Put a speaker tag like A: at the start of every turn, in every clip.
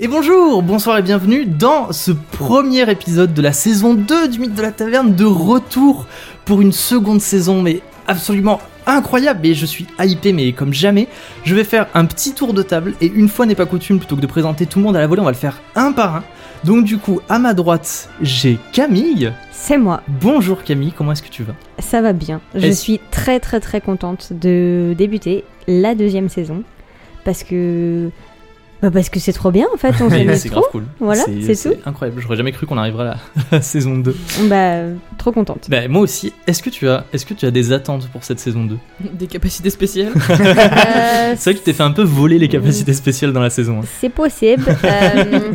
A: Et bonjour, bonsoir et bienvenue dans ce premier épisode de la saison 2 du Mythe de la Taverne de retour pour une seconde saison, mais absolument incroyable et je suis hypé mais comme jamais. Je vais faire un petit tour de table et une fois n'est pas coutume, plutôt que de présenter tout le monde à la volée, on va le faire un par un. Donc du coup, à ma droite, j'ai Camille.
B: C'est moi,
A: Bonjour Camille, comment est-ce que tu vas
B: ça va bien. Je
A: Est-ce-
B: suis très très très contente de débuter la deuxième saison parce que bah parce que c'est trop bien en fait, on s'aimait
A: Eh ben, C'est grave
B: trop.
A: cool.
B: Voilà, c'est
A: Incroyable, j'aurais jamais cru qu'on arriverait à la saison 2.
B: Bah trop contente.
A: Bah, moi aussi, est-ce que, tu as, est-ce que tu as des attentes pour cette saison 2
C: Des capacités spéciales.
B: Euh,
A: Bah, C'est vrai que t'es fait un peu voler les capacités spéciales dans la saison. hein.
B: c'est possible. Euh,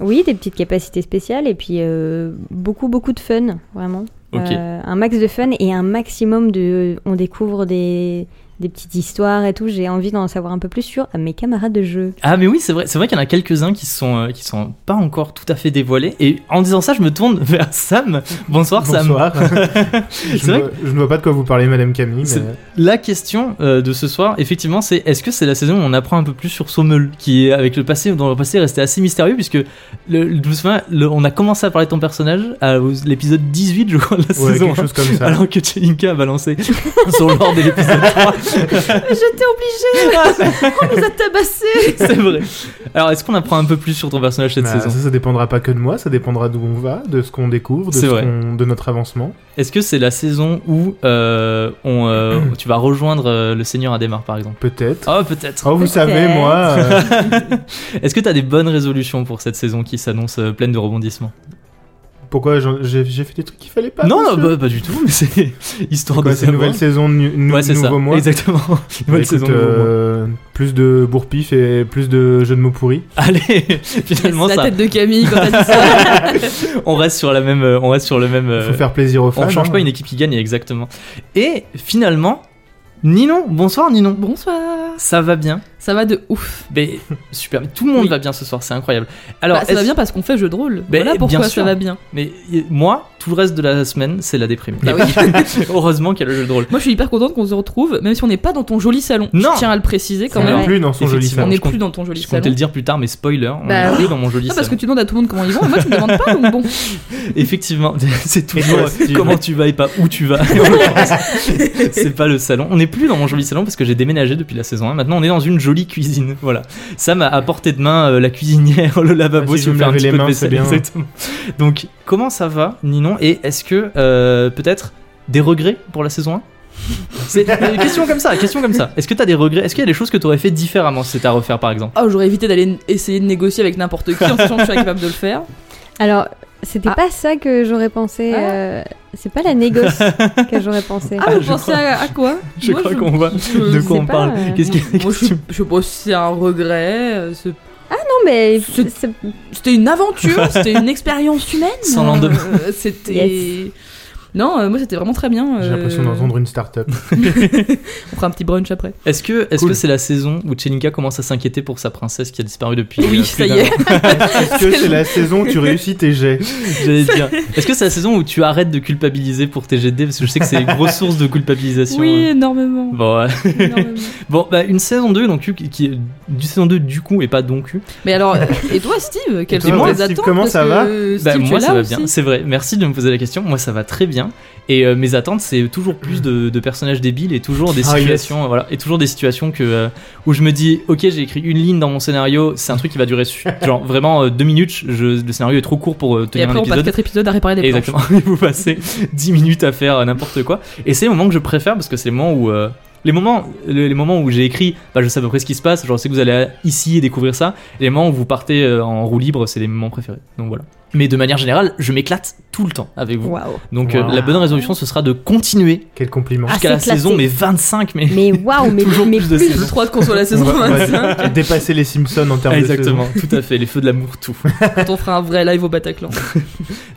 B: oui, des petites capacités spéciales et puis euh, beaucoup beaucoup de fun vraiment.
A: Ok.
B: Euh, un max de fun et un maximum de on découvre des des petites histoires et tout, j'ai envie d'en savoir un peu plus sur mes camarades de jeu.
A: Ah mais oui, c'est vrai, c'est vrai qu'il y en a quelques-uns qui sont euh, qui sont pas encore tout à fait dévoilés et en disant ça, je me tourne vers Sam. Bonsoir, Sam.
D: Bonsoir. je,
A: C'est
D: ne
A: vrai
D: vois, je ne vois pas de quoi vous parlez, Madame Camille.
A: C'est-
D: mais-
A: La question euh, de ce soir, effectivement, c'est est-ce que c'est la saison où on apprend un peu plus sur Sommel qui est avec le passé dont le passé est resté assez mystérieux puisque le, le- je me souviens, le- on a commencé à parler de ton personnage à aux- l'épisode 18 je crois de la
D: Ouais,
A: saison.
D: quelque
A: hein,
D: chose comme ça.
A: Alors que Chelinka a balancé sur l'ordre de l'épisode 3.
C: J'étais obligée On nous a tabassés
A: C'est vrai. Alors, est-ce qu'on apprend un peu plus sur ton personnage cette
D: Bah,
A: saison
D: Ça, ça dépendra pas que de moi, ça dépendra d'où on va, de ce qu'on découvre, de,
A: C'est
D: ce
A: vrai.
D: qu'on- de notre avancement.
A: Est-ce que c'est la saison où euh, on, euh, où tu vas rejoindre euh, le Seigneur Adhémar, par exemple
D: Peut-être.
A: Oh, peut-être.
D: Oh, vous
B: Peut-être.
D: savez, moi. euh,
A: Est-ce que tu as des bonnes résolutions pour cette saison qui s'annonce euh, pleine de rebondissements
D: pourquoi j'en- j'ai j'ai fait des trucs qu'il fallait pas
A: Non,
D: monsieur
A: bah, pas du tout, mais c'est histoire
D: Quoi,
A: de
D: c'est une nouvelle saison, nu- nou-
A: Ouais, c'est ça.
D: nouveau mois.
A: Exactement.
D: Bah,
A: Nouvelle
D: écoute,
A: saison, nouveau mois.
D: euh, plus de bourpif et plus de jeux de mots pourris.
A: Allez, finalement,
C: la
A: ça,
C: tête de Camille quand t'as dit ça.
A: on reste sur la même, euh, on reste sur le même.
D: Il
A: euh,
D: Faut faire plaisir aux fans.
C: Ah
A: on change
D: hein.
A: pas une équipe qui gagne, exactement. Et finalement, Ninon, bonsoir Ninon.
C: Bonsoir
A: Ça va bien.
C: Ça va de ouf.
A: Mais super, mais tout le monde
C: Oui.
A: va bien ce soir, c'est incroyable. Alors,
C: Bah, ça va
A: est-ce-
C: bien parce qu'on fait jeu de rôle.
A: Ben,
C: voilà
A: bien
C: pourquoi ça
A: sûr.
C: va bien.
A: Mais y- moi, tout le reste de la semaine, c'est la déprime.
C: Bah
A: Et puis, heureusement qu'il y a le jeu de rôle.
C: Moi je suis hyper contente qu'on se retrouve, même si on n'est pas dans ton joli salon.
A: Non.
C: Je tiens à le préciser
B: C'est
C: quand
D: On
C: même.
D: est
B: Ouais.
D: plus dans son joli
A: hein. Effectivement.
C: On
D: salon.
C: n'est
A: Je compte-
C: plus dans ton joli
A: Je comptais
C: salon.
A: le dire plus tard, mais spoiler, on
C: Bah
A: est
C: oui.
A: plus dans mon joli
C: Ah, parce que
A: salon.
C: tu demandes à tout le monde comment ils vont, et moi je me demande pas, donc bon.
A: Effectivement, c'est toujours
D: Et toi,
A: euh,
D: Steve
A: comment tu vas et pas où tu vas. c'est pas le salon. On n'est plus dans mon joli salon parce que j'ai déménagé depuis la saison 1. Maintenant, on est dans une jolie cuisine. Voilà. Ça m'a apporté de main euh, la cuisinière, le lavabo,
D: Ah, si
A: si je
D: vous
A: veux faire un
D: me
A: petit
D: lavez
A: peu
D: les
A: de
D: mains, c'est
A: vaisselle.
D: bien.
A: Exactement. Donc, comment ça va, Ninon Et est-ce que euh, peut-être des regrets pour la saison 1 c'est euh, question comme ça, question comme ça. Est-ce que t'as des regrets Est-ce qu'il y a des choses que t'aurais fait différemment si c'était à refaire par exemple
C: Ah, j'aurais évité d'aller n- essayer de négocier avec n'importe qui en sachant que je suis incapable de le faire.
B: Alors, c'était
C: Ah.
B: pas ça que j'aurais pensé.
C: Ah.
B: euh, c'est pas la négoce que j'aurais pensé.
C: Ah,
A: Ah,
C: vous
A: je
C: pensez
A: crois-
C: à, à quoi
A: Je
C: Moi,
A: crois qu'on voit
C: je-
A: de quoi
B: sais
A: on
B: pas,
A: parle.
B: euh,
A: Qu'est-ce qui-
C: Moi, je, je sais pas si c'est un regret, euh, c'est-
B: Non, mais
C: C'est-
B: c'est-
C: c'était une aventure, c'était une expérience humaine.
A: Sans lendemain.
C: Euh, C'était. Non, euh, moi c'était vraiment très bien.
D: J'ai
C: euh,
D: l'impression d'entendre une start-up.
C: On fera un petit brunch après.
A: Est-ce que est-ce
D: Cool.
A: que c'est la saison où Chelinka commence à s'inquiéter pour sa princesse qui a disparu depuis euh,
C: Oui,
A: plus
C: ça y
A: d'un
C: est.
A: an
D: Est-ce que c'est la saison où tu réussis tes jets
A: J'allais dire. Est-ce que c'est la saison où tu arrêtes de culpabiliser pour tes GD parce que je sais que c'est une grosse source de culpabilisation.
C: Oui,
A: hein.
C: énormément.
A: Bon, ouais.
C: énormément.
A: bon, bah une saison 2 donc qui- qui est du saison 2 du coup et pas donc eu.
C: Mais alors, euh, et toi Steve, quelles
A: Et
C: sont
A: toi,
C: tes
D: Steve,
C: attentes
D: comment
C: Parce
D: ça
C: que,
D: va
C: euh,
A: Bah,
C: Steve, tu
A: moi
C: es
A: ça
C: là
A: va
C: aussi
A: bien, c'est vrai. Merci de me poser la question. Moi ça va très bien et euh, mes attentes c'est toujours plus de, de personnages débiles et toujours des
D: Ah, yes.
A: situations euh, voilà et toujours des situations que euh, où je me dis ok j'ai écrit une ligne dans mon scénario c'est un truc qui va durer su- genre vraiment euh, deux minutes je- le scénario est trop court pour euh,
C: Et
A: tenir
C: après
A: un
C: on passe
A: épisode.
C: 4 épisodes à réparer les planches.
A: Exactement. Et vous passez 10 minutes à faire euh, n'importe quoi. Et c'est les moments que je préfère parce que c'est les moments où. euh, les moments, le- les moments où j'ai écrit, bah, je sais à peu près ce qui se passe, genre je sais que vous allez à- ici et découvrir ça. Et les moments où vous partez euh, en roue libre, c'est les moments préférés. Donc voilà. Mais de manière générale, je m'éclate tout le temps avec vous.
B: Waouh.
A: Donc euh,
D: Wow.
A: la bonne résolution, ce sera de continuer
D: Quel compliment.
A: jusqu'à la
B: c'est classé.
A: saison, mais 25, mais.
B: Mais waouh, mais,
A: Toujours
B: mais
A: plus de
C: J'ai
A: saisons.
C: trop hâte qu'on soit à la
D: On
C: saison
D: va- on va
C: 25
D: dépasser les Simpsons en termes de
A: Exactement, tout à fait, les feux de l'amour, tout.
C: quand on fera un vrai live au Bataclan.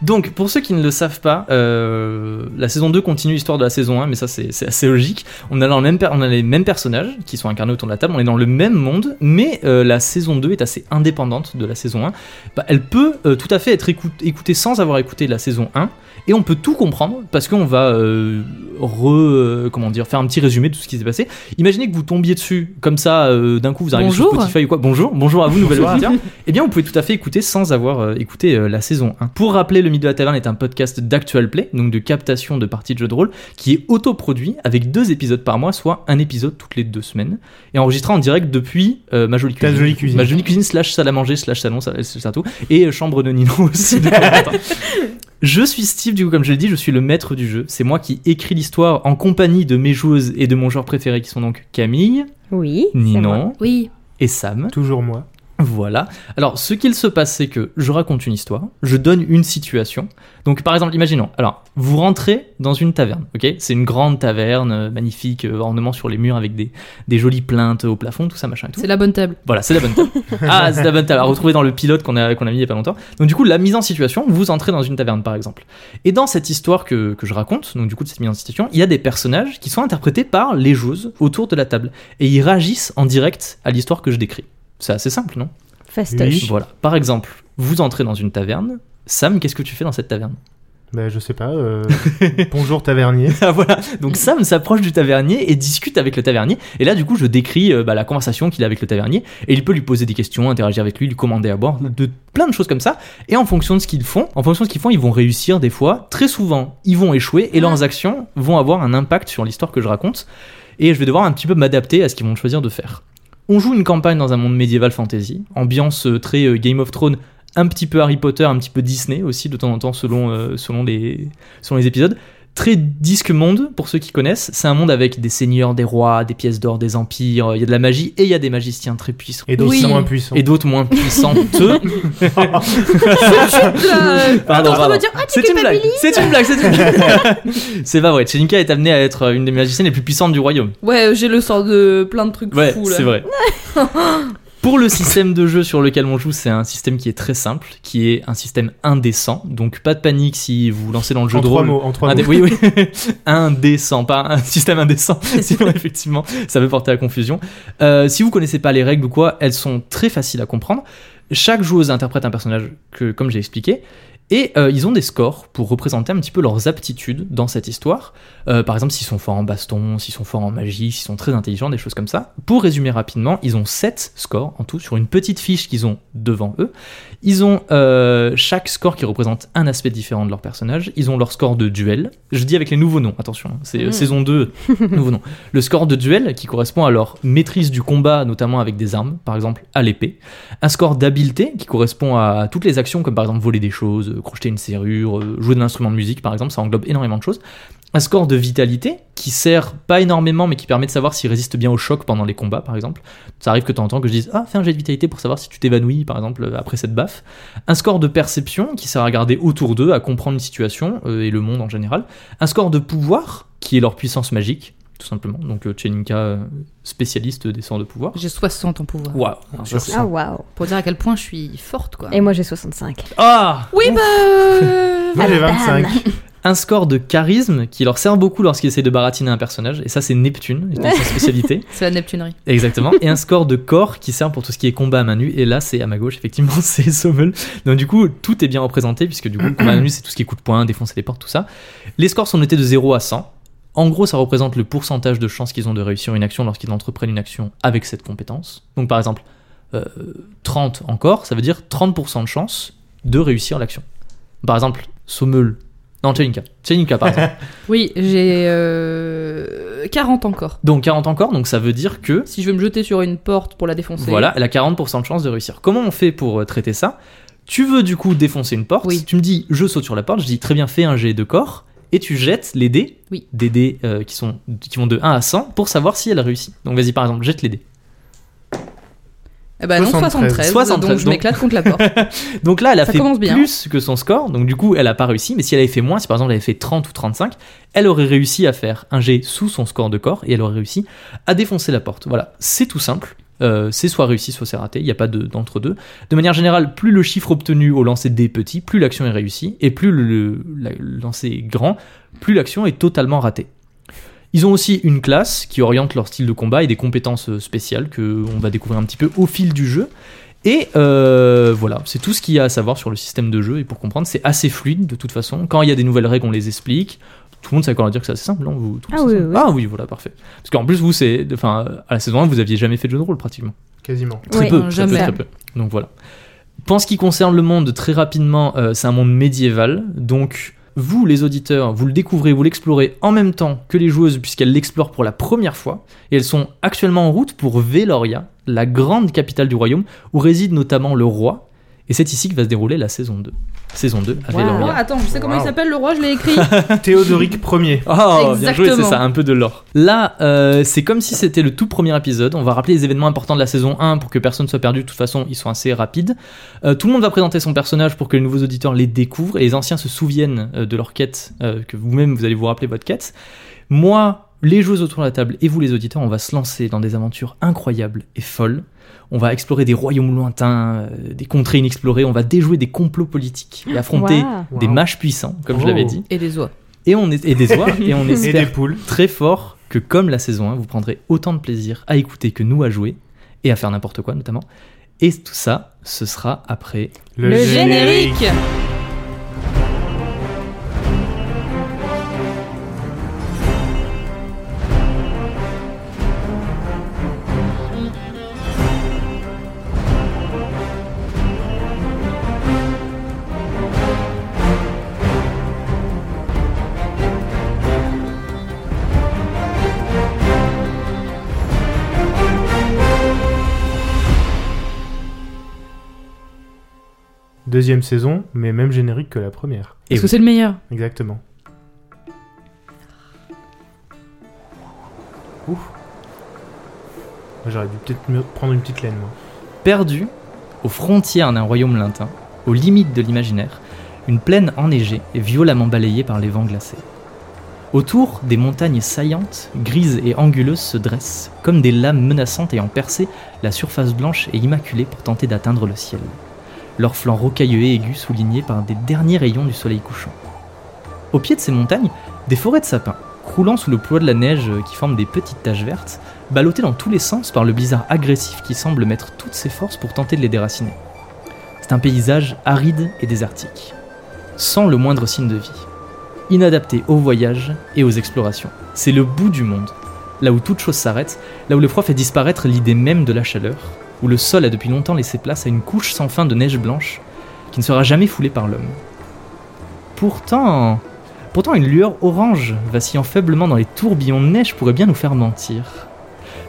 A: Donc, pour ceux qui ne le savent pas, euh, la saison 2 continue l'histoire de la saison 1, mais ça c'est c'est assez logique. On a, dans le même per- on a les mêmes personnages qui sont incarnés autour de la table, on est dans le même monde, mais euh, la saison 2 est assez indépendante de la saison 1. Bah, elle peut euh, tout à fait être écout- écoutée sans avoir écouté la saison 1, et on peut tout comprendre parce qu'on va euh, re, euh, comment dire, faire un petit résumé de tout ce qui s'est passé. Imaginez que vous tombiez dessus comme ça euh, d'un coup, vous arrivez sur
C: Bonjour.
A: Spotify ou quoi. Bonjour, bonjour à vous, nouvelle
D: Bonjour.
A: auditeur. Eh bien, vous pouvez tout à fait écouter sans avoir euh, écouté euh, la saison 1. Pour rappeler, le Mythe de la Taverne est un podcast d'actual play, donc de captation de parties de jeux de rôle, qui est autoproduit avec deux épisodes par mois, soit un épisode toutes les deux semaines, et enregistré en direct depuis euh, ma jolie
D: Ta
A: cuisine.
D: jolie cuisine.
A: Ma jolie cuisine slash salle à manger slash salon, ça- c'est ça tout, et euh, chambre de Nino aussi. de temps en temps. Je suis Steve, du coup, comme je l'ai dit, je suis le maître du jeu. C'est moi qui écris l'histoire en compagnie de mes joueuses et de mon joueur préféré qui sont donc Camille,
B: Oui. c'est moi.
A: Ninon
C: Oui.
A: et Sam.
D: Toujours moi.
A: Voilà. Alors, ce qu'il se passe, c'est que je raconte une histoire, je donne une situation. Donc, par exemple, imaginons, alors, vous rentrez dans une taverne, ok C'est une grande taverne, euh, magnifique, euh, ornement sur les murs avec des, des jolies plaintes au plafond, tout ça, machin et tout.
C: C'est la bonne table.
A: Voilà, c'est la bonne table. ah, c'est la bonne table à retrouver dans le pilote qu'on a, qu'on a mis il y a pas longtemps. Donc, du coup, la mise en situation, vous entrez dans une taverne, par exemple. Et dans cette histoire que, que je raconte, donc du coup, de cette mise en situation, il y a des personnages qui sont interprétés par les joueuses autour de la table. Et ils réagissent en direct à l'histoire que je décris. C'est assez simple, non
B: Fastoche.
A: voilà. Par exemple, vous entrez dans une taverne. Sam, qu'est-ce que tu fais dans cette taverne
D: Bah, je sais pas. euh, Bonjour tavernier.
A: Ah voilà. Donc Sam s'approche du tavernier et discute avec le tavernier. Et là, du coup, je décris euh, bah, la conversation qu'il a avec le tavernier. Et il peut lui poser des questions, interagir avec lui, lui commander à boire, de plein de choses comme ça. Et en fonction de ce qu'ils font, en fonction de ce qu'ils font, ils vont réussir des fois. Très souvent, ils vont échouer et leurs actions vont avoir un impact sur l'histoire que je raconte. Et je vais devoir un petit peu m'adapter à ce qu'ils vont choisir de faire. On joue une campagne dans un monde médiéval fantasy, ambiance euh, très euh, Game of Thrones, un petit peu Harry Potter, un petit peu Disney aussi de temps en temps selon, euh, selon, les, selon les épisodes. Très disque monde pour ceux qui connaissent, c'est un monde avec des seigneurs, des rois, des pièces d'or, des empires, euh, il y a de la magie et il y a des magiciens très puissants.
D: Et d'autres
C: Oui.
D: sont moins puissants.
A: Et d'autres moins puissants.
C: Euh,
A: Pardon,
C: attends, je dois
A: pardon.
C: me dire, ah, tu
A: C'est une blague, c'est une blague, c'est une blague. c'est pas vrai. Chelinka est amenée à être euh, une des magiciennes les plus puissantes du royaume.
C: Ouais, euh, j'ai le sort de plein de trucs
A: Ouais,
C: fous là.
A: c'est vrai. Pour le système de jeu sur lequel on joue, c'est un système qui est très simple, qui est un système indécent. Donc pas de panique si vous lancez dans le jeu
D: en
A: de
D: trois
A: rôle.
D: mots. En trois
A: Indé-
D: mots.
A: oui, oui. indécent, pas un système indécent. Sinon, effectivement, ça peut porter à confusion. Euh, si vous connaissez pas les règles ou quoi, elles sont très faciles à comprendre. Chaque joueuse interprète un personnage que, comme j'ai expliqué, et euh, ils ont des scores pour représenter un petit peu leurs aptitudes dans cette histoire. Euh, par exemple, s'ils sont forts en baston, s'ils sont forts en magie, s'ils sont très intelligents, des choses comme ça. Pour résumer rapidement, ils ont 7 scores en tout sur une petite fiche qu'ils ont devant eux. Ils ont euh, chaque score qui représente un aspect différent de leur personnage. Ils ont leur score de duel. Je dis avec les nouveaux noms, attention, hein, c'est euh,
C: Mm.
A: saison 2, nouveau nom. Le score de duel qui correspond à leur maîtrise du combat, notamment avec des armes, par exemple à l'épée. Un score d'habileté qui correspond à toutes les actions, comme par exemple voler des choses, euh, crocheter une serrure, euh, jouer de l'instrument de musique, par exemple, ça englobe énormément de choses. Un score de vitalité qui sert pas énormément, mais qui permet de savoir s'il résiste bien au choc pendant les combats, par exemple. Ça arrive que tu entends que je dise Ah, fais un jet de vitalité pour savoir si tu t'évanouis, par exemple, euh, après cette baffe. Un score de perception qui sert à regarder autour d'eux, à comprendre une situation euh, et le monde en général. Un score de pouvoir qui est leur puissance magique, tout simplement. Donc, euh, Chelinka, euh, spécialiste des sorts de pouvoir.
C: J'ai 60 en pouvoir.
A: Waouh!
D: Sur
B: Ah, waouh.
C: Pour dire à quel point je suis forte quoi.
B: Et moi, j'ai 65.
A: Ah!
C: Oui, bah. euh,
D: Moi,
B: Ah,
D: j'ai
B: la
D: 25.
B: dame.
A: un score de charisme qui leur sert beaucoup lorsqu'ils essaient de baratiner un personnage, et ça c'est Neptune, c'est sa spécialité,
C: C'est la Neptunerie.
A: exactement, et un score de corps qui sert pour tout ce qui est combat à main nue, et là c'est à ma gauche, effectivement, c'est Sommel. Donc du coup, tout est bien représenté, puisque du coup, combat à main nue c'est tout ce qui est coup de poing, défoncer les portes, tout ça. Les scores sont notés de 0 à 100. En gros, ça représente le pourcentage de chances qu'ils ont de réussir une action lorsqu'ils entreprennent une action avec cette compétence. Donc par exemple, euh, 30 encore, ça veut dire 30% de chances de réussir l'action. Par exemple, Sommel. Non, Chelinka. Chelinka, par exemple.
C: Oui, j'ai euh, 40 encore.
A: Donc 40 encore, donc ça veut dire que
C: Si je veux me jeter sur une porte pour la défoncer.
A: voilà, elle a 40% de chance de réussir. Comment on fait pour euh, traiter ça Tu veux du coup défoncer une porte,
C: Oui.
A: tu me dis je saute sur la porte, je dis très bien fais un jet de corps et tu jettes les dés,
C: Oui.
A: des dés euh, qui sont qui vont de 1 à 100 pour savoir si elle a réussi. Donc vas-y par exemple, jette les dés.
C: Eh ben non,
A: 73.
C: 73. Donc je m'éclate contre la porte.
A: Donc là, elle a
C: Ça
A: fait
C: commence bien.
A: plus que son score, donc du coup, elle a pas réussi. Mais si elle avait fait moins, si par exemple elle avait fait 30 ou 35, elle aurait réussi à faire un jet sous son score de corps et elle aurait réussi à défoncer la porte. Voilà, c'est tout simple. Euh, c'est soit réussi, soit c'est raté. Il n'y a pas de- d'entre-deux. De manière générale, plus le chiffre obtenu au lancer des petits, plus l'action est réussie, et plus le, le- la- le lancer est grand, plus l'action est totalement ratée. Ils ont aussi une classe qui oriente leur style de combat et des compétences euh, spéciales que on va découvrir un petit peu au fil du jeu. Et euh, voilà, c'est tout ce qu'il y a à savoir sur le système de jeu. Et pour comprendre, c'est assez fluide de toute façon. Quand il y a des nouvelles règles, on les explique. Tout le monde s'accorde à dire que c'est assez simple, non vous trouvez
B: Ah
A: ça
B: oui,
A: simple
B: oui.
A: Ah oui, voilà, parfait. Parce qu'en plus, vous, c'est. Enfin, à la saison 1, vous aviez jamais fait de jeu de rôle pratiquement.
D: Quasiment.
A: Très
B: Ouais,
A: peu,
C: non,
A: très
C: jamais.
A: peu, très peu. Donc voilà. Pour ce qui concerne le monde, très rapidement, euh, c'est un monde médiéval. Donc vous, les auditeurs, vous le découvrez, vous l'explorez en même temps que les joueuses, puisqu'elles l'explorent pour la première fois. Et elles sont actuellement en route pour Veloria, la grande capitale du royaume, où réside notamment le roi. Et c'est ici que va se dérouler la saison 2. Saison 2 à
B: Wow.
C: Le roi,
A: Veloria.
C: attends, je sais comment
D: Wow.
C: il s'appelle le roi, je l'ai écrit.
D: Théodoric Ier.
A: Oh, bien joué, c'est
C: Exactement.
A: ça, un peu de l'or. Là, euh, c'est comme si c'était le tout premier épisode. On va rappeler les événements importants de la saison 1 pour que personne ne soit perdu. De toute façon, ils sont assez rapides. Euh, tout le monde va présenter son personnage pour que les nouveaux auditeurs les découvrent et les anciens se souviennent euh, de leur quête, euh, que vous-même vous allez vous rappeler votre quête. Moi, les joueuses autour de la table et vous les auditeurs, on va se lancer dans des aventures incroyables et folles. On va explorer des royaumes lointains, euh, des contrées inexplorées, on va déjouer des complots politiques et affronter
B: Waouh.
A: des
D: Wow.
A: mages puissants, comme je
D: Oh.
A: l'avais dit.
C: Et des oies.
A: Et on est, et des oies, et on
D: Et des
A: espère
D: poules.
A: très fort que comme la saison 1, vous prendrez autant de plaisir à écouter que nous à jouer, et à faire n'importe quoi notamment. Et tout ça, ce sera après.
B: Le
C: Générique
D: Deuxième saison, mais même générique que la première.
A: Et
C: Parce que
A: oui.
C: c'est le meilleur.
D: Exactement. Ouf. Moi, J'aurais dû peut-être me prendre une petite laine, moi.
A: Perdu, aux frontières d'un royaume lointain, aux limites de l'imaginaire, une plaine enneigée et violemment balayée par les vents glacés. Autour, des montagnes saillantes, grises et anguleuses se dressent, comme des lames menaçantes ayant percé la surface blanche et immaculée pour tenter d'atteindre le ciel. Leurs flancs rocailleux et aigus soulignés par des derniers rayons du soleil couchant. Au pied de ces montagnes, des forêts de sapins, croulant sous le poids de la neige euh, qui forment des petites taches vertes, ballotté dans tous les sens par le blizzard agressif qui semble mettre toutes ses forces pour tenter de les déraciner. C'est un paysage aride et désertique, sans le moindre signe de vie, inadapté au voyage et aux explorations. C'est le bout du monde, là où toute chose s'arrête, là où le froid fait disparaître l'idée même de la chaleur, où le sol a depuis longtemps laissé place à une couche sans fin de neige blanche qui ne sera jamais foulée par l'homme. Pourtant, pourtant une lueur orange vacillant faiblement dans les tourbillons de neige pourrait bien nous faire mentir.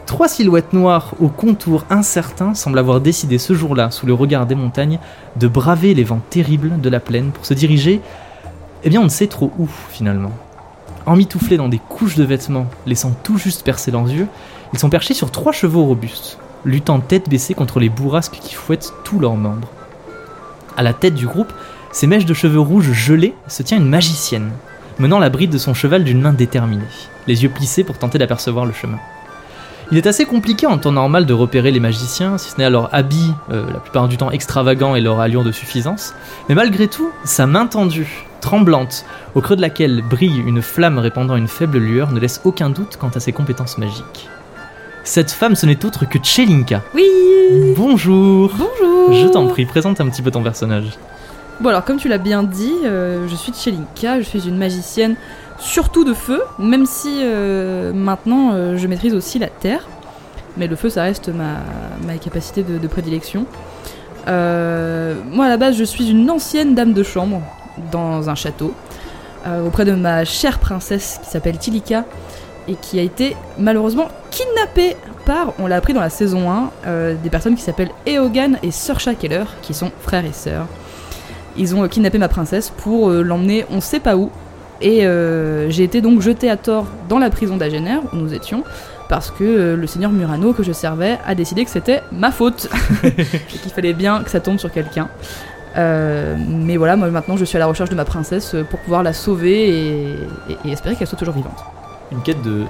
A: Trois silhouettes noires aux contours incertains semblent avoir décidé ce jour-là, sous le regard des montagnes, de braver les vents terribles de la plaine pour se diriger, eh bien on ne sait trop où finalement. Emmitouflés dans des couches de vêtements, laissant tout juste percer leurs yeux, ils sont perchés sur trois chevaux robustes, luttant tête baissée contre les bourrasques qui fouettent tous leurs membres. À la tête du groupe, ces mèches de cheveux rouges gelés se tient une magicienne, menant la bride de son cheval d'une main déterminée, les yeux plissés pour tenter d'apercevoir le chemin. Il est assez compliqué en temps normal de repérer les magiciens, si ce n'est à leur habit, euh, la plupart du temps extravagant et leur allure de suffisance, mais malgré tout, sa main tendue, tremblante, au creux de laquelle brille une flamme répandant une faible lueur, ne laisse aucun doute quant à ses compétences magiques. Cette femme, ce n'est autre que Chelinka.
C: Oui
A: Bonjour
C: Bonjour
A: Je t'en prie, présente un petit peu ton personnage.
C: Bon alors comme tu l'as bien dit, euh, je suis Tchelinka, je suis une magicienne surtout de feu, même si euh, maintenant euh, je maîtrise aussi la terre. Mais le feu ça reste ma, ma capacité de, de prédilection. Euh, moi à la base je suis une ancienne dame de chambre dans un château euh, auprès de ma chère princesse qui s'appelle Tilika et qui a été malheureusement kidnappée par, on l'a appris dans la saison 1, euh, des personnes qui s'appellent Eogan et Sir Shakeller qui sont frères et sœurs. Ils ont euh, kidnappé ma princesse pour euh, l'emmener on sait pas où. Et euh, j'ai été donc jetée à tort dans la prison d'Agener, où nous étions, parce que euh, le seigneur Murano que je servais a décidé que c'était ma faute. et qu'il fallait bien que ça tombe sur quelqu'un. Euh, mais voilà, moi maintenant je suis à la recherche de ma princesse euh, pour pouvoir la sauver et, et- et espérer qu'elle soit toujours vivante.
A: Une quête de...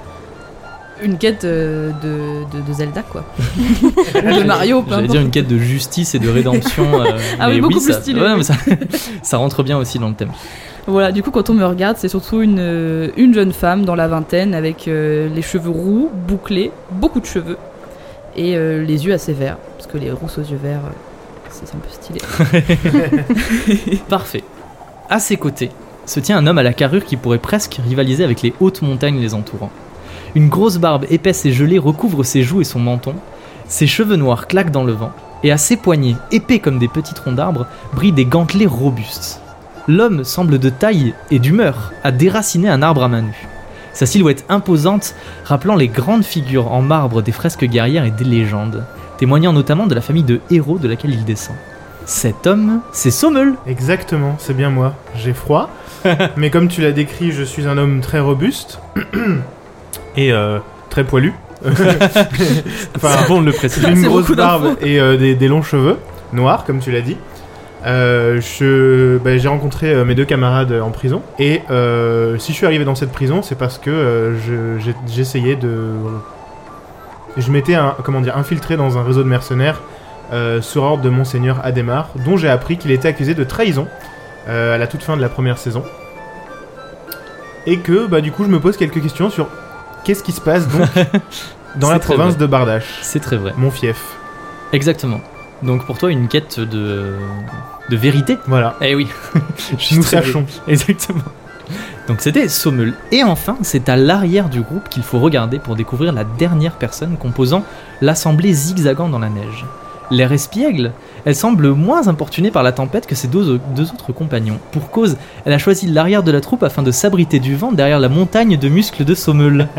C: Une quête euh, de, de- de Zelda quoi. Ou de Mario, peu
A: J'allais dire
C: importe.
A: une quête de justice et de rédemption. euh,
C: Ah oui,
A: mais
C: beaucoup plus
A: ça,
C: stylé.
A: ouais, non, mais ça, ça rentre bien aussi dans le thème.
C: Voilà, du coup, quand on me regarde, c'est surtout une, euh, une jeune femme dans la vingtaine avec euh, les cheveux roux, bouclés, beaucoup de cheveux et euh, les yeux assez verts, parce que les rousses aux yeux verts, euh, c'est c'est un peu stylé.
A: Parfait. À ses côtés se tient un homme à la carrure qui pourrait presque rivaliser avec les hautes montagnes les entourant. Une grosse barbe épaisse et gelée recouvre ses joues et son menton, ses cheveux noirs claquent dans le vent, et à ses poignets, épais comme des petits troncs d'arbres, brillent des gantelets robustes. L'homme semble de taille et d'humeur à déraciner un arbre à main nue. Sa silhouette imposante rappelant les grandes figures en marbre des fresques guerrières et des légendes, témoignant notamment de la famille de héros de laquelle il descend. Cet homme, c'est Sommel
D: Exactement, c'est bien moi. J'ai froid, mais comme tu l'as décrit, je suis un homme très robuste et euh, très poilu. enfin,
A: C'est bon de le préciser.
D: une
C: C'est
D: grosse
C: beaucoup
D: barbe et euh, des, des longs cheveux noirs, comme tu l'as dit. Euh, je- bah, j'ai rencontré euh, mes deux camarades euh, en prison et euh, si je suis arrivé dans cette prison, c'est parce que euh, je- j'ai- j'essayais de, je m'étais un- comment dire infiltré dans un réseau de mercenaires euh, sur ordre de monseigneur Adhémar, dont j'ai appris qu'il était accusé de trahison euh, à la toute fin de la première saison et que bah du coup je me pose quelques questions sur qu'est-ce qui se passe donc dans
A: C'est
D: la
A: très
D: province
A: vrai.
D: de Bardache,
A: C'est très vrai.
D: mon fief.
A: Exactement. Donc pour toi, une quête de, de vérité
D: Voilà.
A: Eh oui, Je suis
D: Nous
A: très-
D: sachons.
A: Exactement. Donc c'était Sommel. Et enfin, c'est à l'arrière du groupe qu'il faut regarder pour découvrir la dernière personne composant l'assemblée zigzagant dans la neige. L'air espiègle, elle semble moins importunée par la tempête que ses deux, deux autres compagnons. Pour cause, elle a choisi l'arrière de la troupe afin de s'abriter du vent derrière la montagne de muscles de Sommel.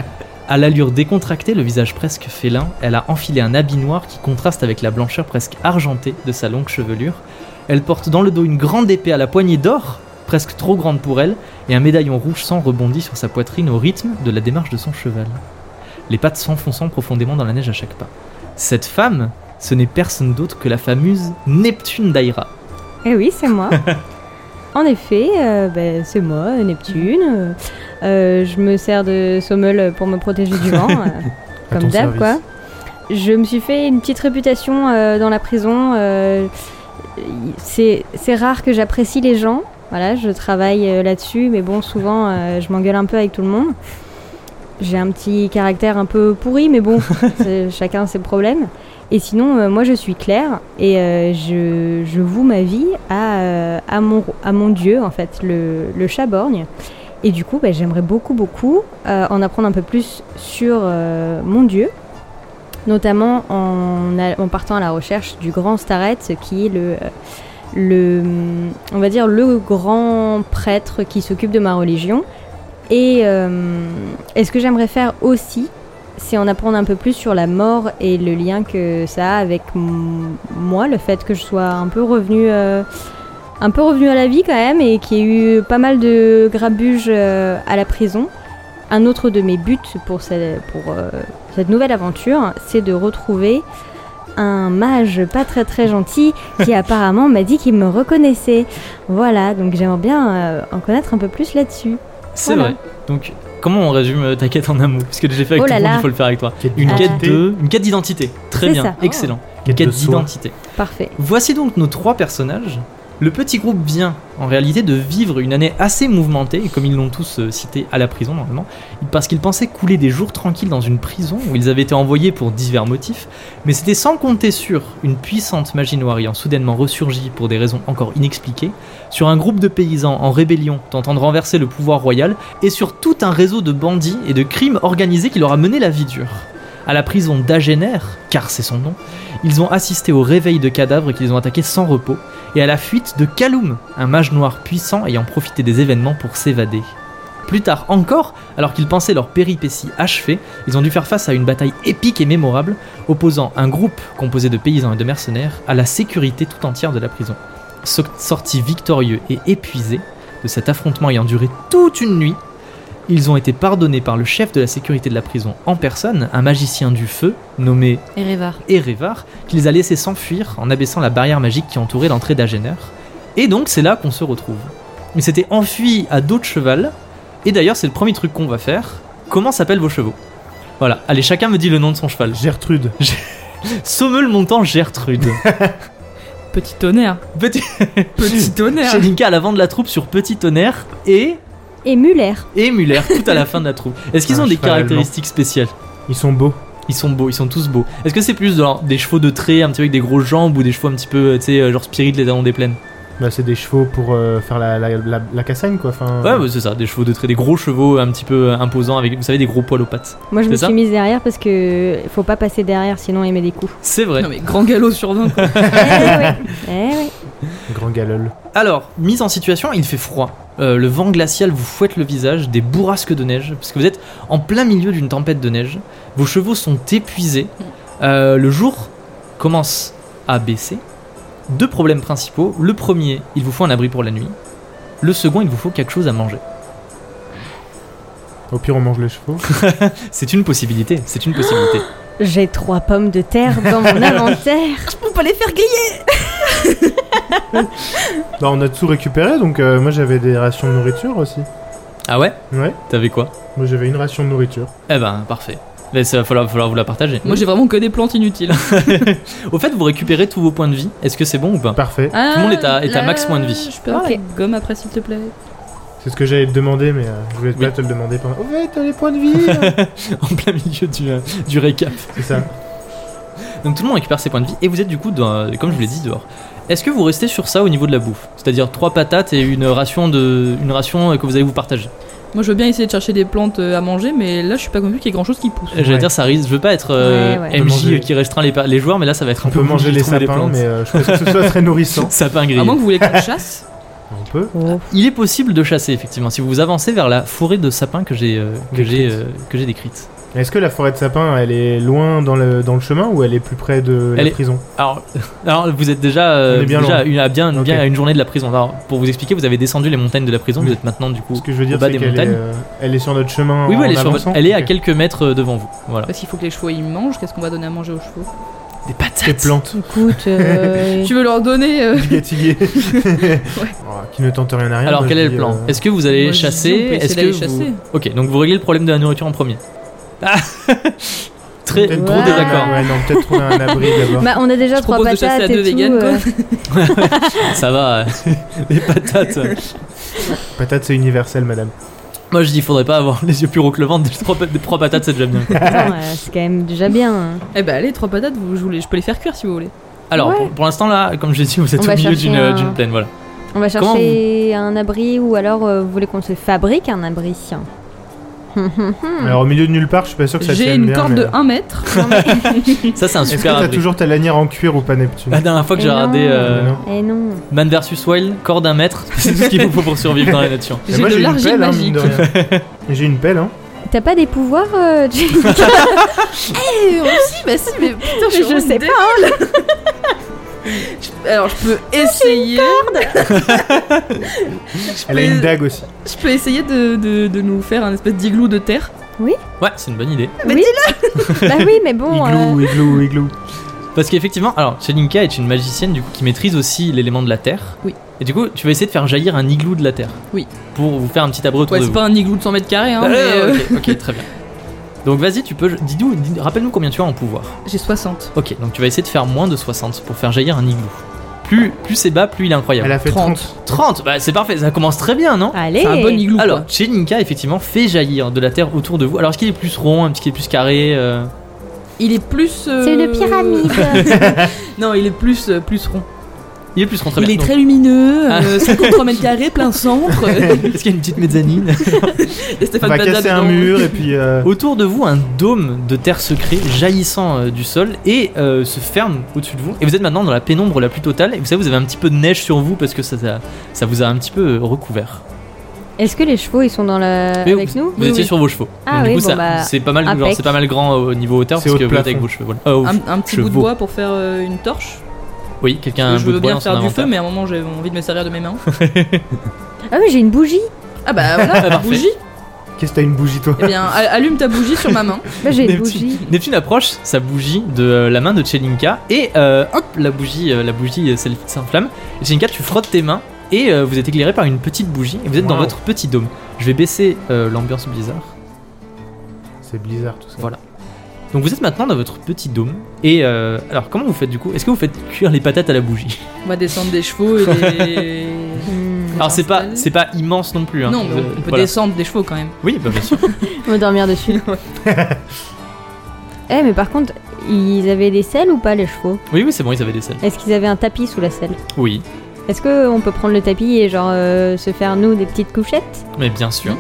A: À l'allure décontractée, le visage presque félin, elle a enfilé un habit noir qui contraste avec la blancheur presque argentée de sa longue chevelure. Elle porte dans le dos une grande épée à la poignée d'or, presque trop grande pour elle, et un médaillon rouge sang rebondit sur sa poitrine au rythme de la démarche de son cheval. Les pattes s'enfonçant profondément dans la neige à chaque pas. Cette femme, ce n'est personne d'autre que la fameuse Neptune d'Aïra.
B: Eh oui, c'est moi. en effet, euh, ben, c'est moi, Neptune. Euh, je me sers de Sommel pour me protéger du vent, euh,
D: À
B: comme
D: ton
B: d'hab,
D: service.
B: quoi. Je me suis fait une petite réputation euh, dans la prison. euh, y- c'est c'est rare que j'apprécie les gens. Voilà, je travaille euh, là-dessus, mais bon, souvent, euh, je m'engueule un peu avec tout le monde. J'ai un petit caractère un peu pourri, mais bon, c'est- chacun ses problèmes. Et sinon, euh, moi je suis Claire et euh, je, je voue ma vie à, euh, à, mon, à mon dieu, en fait, le, le chat borgne. Et du coup, bah, j'aimerais beaucoup, beaucoup euh, en apprendre un peu plus sur euh, mon dieu, notamment en, a- en partant à la recherche du grand Staret, qui est le, euh, le, on va dire, le grand prêtre qui s'occupe de ma religion. Et, euh, et ce que j'aimerais faire aussi, c'est en apprendre un peu plus sur la mort et le lien que ça a avec m- moi, le fait que je sois un peu revenue, euh, un peu revenue à la vie quand même et qu'il y ait eu pas mal de grabuges euh, à la prison. Un autre de mes buts pour, ce- pour euh, cette nouvelle aventure, c'est de retrouver un mage pas très très gentil qui apparemment m'a dit qu'il me reconnaissait. Voilà, donc j'aimerais bien euh, en connaître un peu plus là-dessus.
A: C'est
B: Voilà.
A: vrai. Donc, comment on résume euh, ta quête en un mot Parce que j'ai fait avec
B: Oh
A: tout
B: là
A: le monde,
B: là.
A: il faut le faire avec toi.
D: Quête
A: Une
B: Ah.
A: quête de, une quête d'identité. Très
B: C'est
A: bien,
B: ça.
A: excellent.
D: quête,
A: quête
D: de soi.
A: d'identité.
B: Parfait.
A: Voici donc nos trois personnages. Le petit groupe vient en réalité de vivre une année assez mouvementée, et comme ils l'ont tous euh, cité à la prison normalement, parce qu'ils pensaient couler des jours tranquilles dans une prison où ils avaient été envoyés pour divers motifs, mais c'était sans compter sur une puissante magie noire ayant soudainement ressurgi pour des raisons encore inexpliquées, sur un groupe de paysans en rébellion tentant de renverser le pouvoir royal, et sur tout un réseau de bandits et de crimes organisés qui leur a mené la vie dure. À la prison d'Agener, car c'est son nom, ils ont assisté au réveil de cadavres qu'ils ont attaqués sans repos et à la fuite de Kaloum, un mage noir puissant ayant profité des événements pour s'évader. Plus tard encore, alors qu'ils pensaient leur péripétie achevée, ils ont dû faire face à une bataille épique et mémorable opposant un groupe composé de paysans et de mercenaires à la sécurité tout entière de la prison. So- Sortis victorieux et épuisés de cet affrontement ayant duré toute une nuit, ils ont été pardonnés par le chef de la sécurité de la prison en personne, un magicien du feu nommé
C: Erevar.
A: et Révar, qui les a laissés s'enfuir en abaissant la barrière magique qui entourait l'entrée d'Agener. Et donc c'est là qu'on se retrouve. Ils s'étaient enfuis à dos de cheval, et d'ailleurs c'est le premier truc qu'on va faire. Comment s'appellent vos chevaux Voilà, allez, chacun me dit le nom de son cheval.
D: Gertrude.
A: Sommel montant Gertrude.
C: Petit tonnerre.
A: Petit
C: Petit tonnerre.
A: Chelinka à l'avant de la troupe sur Petit Tonnerre et,
B: Et Muller.
A: et Muller tout à la fin de la troupe. Est-ce qu'ils
D: Un
A: ont des
D: cheval
A: caractéristiques spéciales
D: Ils sont beaux.
A: Ils sont beaux, ils sont tous beaux. Est-ce que c'est plus genre, des chevaux de trait, un petit peu avec des grosses jambes ou des chevaux un petit peu, euh, tu sais, euh, genre spirit, les talons des plaines
D: Bah, c'est des chevaux pour euh, faire la, la, la, la cassagne, quoi. Enfin,
A: Ouais, bah, c'est ça, des chevaux de trait, des gros chevaux un petit peu euh, imposants avec, vous savez, des gros poils aux pattes.
B: Moi, je me
A: C'est ça
B: suis mise derrière parce que faut pas passer derrière, sinon il met des coups.
A: C'est vrai.
C: Non mais grand galop sur 20 quoi.
B: eh ouais, eh ouais.
A: bah.
D: Grand galol.
A: Alors, mise en situation, il fait froid. Euh, le vent glacial vous fouette le visage, des bourrasques de neige, parce que vous êtes en plein milieu d'une tempête de neige. Vos chevaux sont épuisés. Euh, le jour commence à baisser. Deux problèmes principaux. Le premier, il vous faut un abri pour la nuit. Le second, il vous faut quelque chose à manger.
D: Au pire, on mange les chevaux.
A: C'est une possibilité, c'est une possibilité.
B: J'ai trois pommes de terre dans mon inventaire.
C: On peut les faire griller
D: bah, on a tout récupéré, donc euh, moi j'avais des rations de nourriture aussi.
A: Ah ouais
D: Ouais,
A: T'avais quoi
D: moi j'avais une ration de nourriture.
A: Eh ben, parfait. Mais ça va falloir, falloir vous la partager.
C: Moi j'ai vraiment que des plantes inutiles.
A: Au fait, vous récupérez tous vos points de vie. Est-ce que c'est bon ou pas
D: Parfait.
C: Ah,
A: monde est à- est à
C: là,
A: max moins de vie.
C: Je peux avoir
B: Ok.
C: la gomme après s'il te plaît.
D: C'est ce que j'allais te demander, mais euh, je voulais
A: Oui.
D: pas te le demander pendant. Oh, ouais, t'as les points de vie hein.
A: En plein milieu du, euh, du récap.
D: C'est ça.
A: Donc tout le monde récupère ses points de vie et vous êtes du coup, dans, comme je vous l'ai dit, dehors. Est-ce que vous restez sur ça au niveau de la bouffe C'est-à-dire trois patates et une ration, de, une ration euh, que vous allez vous partager
C: Moi je veux bien essayer de chercher des plantes euh, à manger mais là je suis pas convaincu qu'il y ait grand chose qui pousse.
A: Euh, J'allais
D: Ouais.
A: dire, ça risque. Je veux pas être euh,
B: Ouais, ouais.
A: MJ
D: On peut manger-
A: qui restreint les, pa- les joueurs, mais là ça va être un
D: On peut
A: peu
D: manger les sapins, mais euh, je pense que ce soit très nourrissant.
A: Sapin
C: À
B: Ah
A: grillé.
C: moins que vous voulez qu'on chasse.
D: On peut.
B: Oh.
A: Il est possible de chasser effectivement si vous vous avancez vers la forêt de sapins que j'ai euh, que j'ai
D: Décrite.
A: euh, que j'ai décrite.
D: Mais Est-ce que la forêt de sapin, elle est loin dans le, dans le chemin ou elle est plus près de la
A: Elle est-
D: prison
A: Alors, alors, vous êtes déjà, euh,
D: On est bien
A: déjà
D: loin.
A: à une- à bien,
D: Ok.
A: bien à une journée de la prison. Alors, pour vous expliquer, vous avez descendu les montagnes de la prison.
D: Oui.
A: Vous êtes maintenant du coup.
D: Ce que je veux dire,
A: bas
D: c'est
A: des
D: qu'elle est,
A: montagnes.
D: euh, elle est sur notre chemin.
A: Oui, oui,
D: en
A: elle est, sur votre-
D: avançant
A: elle est à
D: Ok.
A: quelques mètres euh, devant vous. Voilà.
C: Parce qu'il faut que les chevaux ils mangent, qu'est-ce qu'on va donner à manger aux chevaux
A: Des patates.
D: Des plantes.
B: Écoute, euh,
C: Tu veux leur donner euh,
D: Du gatillé. Oh, qui ne tente rien à rien.
A: Alors
D: moi,
A: quel
D: je
A: est
D: dis,
A: le plan
D: euh,
A: Est-ce que vous allez
C: moi, je dis, on peut
A: chasser
C: essayer
A: Est-ce que
C: d'aller
A: vous...
C: chasser.
A: Ok, donc vous réglez le problème de la nourriture en premier. Ah Très
D: peut-être
A: gros
D: trouver un-
A: désaccord.
D: Ouais, non, peut-être trouver un abri d'abord.
B: bah, on a déjà
C: Je
B: trois
C: propose de
B: patates
C: chasser à
B: et
C: deux
B: tout,
C: véganes, quoi.
B: euh,
A: Ça va. euh, les patates.
D: Patate, c'est universel, madame.
A: Moi je dis, il faudrait pas avoir les yeux plus gros que le ventre. Des trois, pa- des trois patates, c'est déjà bien.
B: attends, euh, c'est quand même déjà bien. hein.
C: Eh ben allez, trois patates, vous, je, vous les- je peux les faire cuire si vous voulez.
A: Alors
B: Ouais.
A: pour, pour l'instant là, comme je l'ai dit, vous êtes
B: On
A: au
B: va
A: milieu
B: chercher
A: d'une euh,
B: un-
A: d'une plaine. Voilà.
B: On va
A: Comment
B: chercher un abri ou alors euh, vous voulez qu'on se fabrique un abri hein. Hum, hum, hum.
D: Alors, au milieu de nulle part, je suis pas sûr que ça
C: Hmm. J'ai
D: tienne
C: une
D: bien,
C: corde
D: mais-
C: de 1 mètre.
A: Ça c'est un
D: Est-ce que
A: super
D: t'as
A: abri.
D: toujours ta lanière en cuir ou pas Neptune
A: La dernière fois que
B: Et
A: j'ai
B: non.
A: regardé euh,
D: Non.
B: Eh non.
A: Man vs Wild, corde d'un mètre, c'est tout ce qu'il vous faut pour survivre dans la nature.
D: Mais
C: J'ai
D: moi,
C: de
D: une
C: l'argile
D: pelle, hein,
C: magique.
D: mine de rien. J'ai une pelle, hein.
B: T'as pas des pouvoirs, euh, Jane
C: Eh, oh, si, bah si, mais putain,
B: Mais je sais
C: pas. Alors, je peux essayer.
D: Elle a
C: Mais-
D: une dague aussi.
C: Je peux essayer de, de, de nous faire un espèce d'igloo de terre.
A: Ouais, c'est une bonne idée.
C: Mais
B: oui. Bah oui, mais bon. euh,
D: Igloo, igloo, igloo.
A: Parce qu'effectivement, alors Chelinka est une magicienne du coup qui maîtrise aussi l'élément de la terre.
C: Oui.
A: Et du coup, tu vas essayer de faire jaillir un igloo de la terre.
C: Oui.
A: Pour vous faire un petit abri autour
C: Ouais,
A: de
C: c'est
A: vous.
C: pas un igloo de 100 mètres carrés,
D: Bah,
C: hein,
A: Ah,
C: mais euh,
A: ok, ok, très bien. Donc vas-y, tu peux. Dis-nous, dis- rappelle-nous combien tu as en pouvoir.
C: j'ai 60.
A: Ok, donc tu vas essayer de faire moins de 60 pour faire jaillir un igloo. Plus, plus c'est bas, plus il est incroyable.
D: Elle a fait 30.
A: 30, bah c'est parfait, ça commence très bien, non
B: Allez.
C: C'est un bon igloo.
A: Alors,
C: Alors,
A: Chelinka effectivement fait jaillir de la terre autour de vous. Alors, est-ce qu'il est plus rond, est-ce qu'il est plus carré euh,
C: il est plus. euh,
B: C'est une pyramide.
C: Non, il est plus, euh, plus rond.
A: Il est plus rond, très
C: il
A: bien.
C: est
A: Donc,
C: très lumineux,
A: Ah.
C: euh, 53 mètres carrés, plein centre.
A: Est-ce qu'il y a une petite mezzanine
C: Et
D: On
C: Stéphane
D: va
C: Plaza
D: casser un
C: dedans.
D: mur et puis. euh,
A: Autour de vous, un dôme de terre secret jaillissant euh, du sol et euh, se ferme au-dessus de vous. Et vous êtes maintenant dans la pénombre la plus totale. Et vous savez, vous avez un petit peu de neige sur vous parce que ça, ça, ça vous a un petit peu euh, recouvert.
B: Est-ce que les chevaux ils sont dans la...
A: Mais
B: avec
A: vous,
B: nous
A: vous étiez sur vos chevaux.
B: Ah
A: Donc, du
B: oui,
A: coup,
B: bon,
A: ça-
B: bah,
A: c'est pas mal, genre,
B: impec.
A: c'est pas mal grand euh, au niveau hauteur
D: C'est
A: parce
D: haut
A: que
D: de
A: vous êtes
D: plafond.
A: avec vos chevaux. voilà. Euh, au-
C: Un, un petit bout de
A: Chevaux.
C: bois pour faire euh, une torche.
A: Oui, quelqu'un.
C: Parce
A: a un
C: que je
A: bout de
C: veux
A: bois
C: bien
A: dans son
C: faire du feu,
A: inventaire.
C: mais à un moment j'ai envie de me servir de mes mains.
B: Ah oui, j'ai une bougie.
C: Ah bah
A: Ah,
C: voilà,
A: parfait.
C: bougie.
D: Qu'est-ce que t'as une bougie, toi
C: Eh bien, a- allume ta bougie sur ma main.
B: Bah j'ai une
A: Neptune-
B: bougie.
A: Neptune approche sa bougie de euh, la main de Chelinka et euh, hop, la bougie, euh, la bougie euh, s'elle- s'enflamme. Et Chelinka, tu frottes tes mains et euh, vous êtes éclairé par une petite bougie et vous êtes dans
D: Wow.
A: votre petit dôme. Je vais baisser euh, l'ambiance bizarre.
D: C'est Blizzard tout ça.
A: Voilà. Donc vous êtes maintenant dans votre petit dôme et euh, alors comment vous faites du coup Est-ce que vous faites cuire les patates à la bougie
C: On va descendre des chevaux et des.
B: Hmm.
A: Alors c'est pas
C: installé.
A: c'est pas immense non plus. Hein.
C: Non,
A: Euh,
C: mais on peut
A: voilà. bah,
C: descendre des chevaux quand même.
A: Oui, bah, bien sûr.
B: On va dormir dessus. Eh, mais par contre, ils avaient des selles ou pas les chevaux
A: Oui, oui, c'est bon, ils avaient des selles.
B: Est-ce qu'ils avaient un tapis sous la selle
A: Oui,
B: Est-ce qu'on peut prendre le tapis et genre euh, se faire nous des petites couchettes
A: mais bien sûr.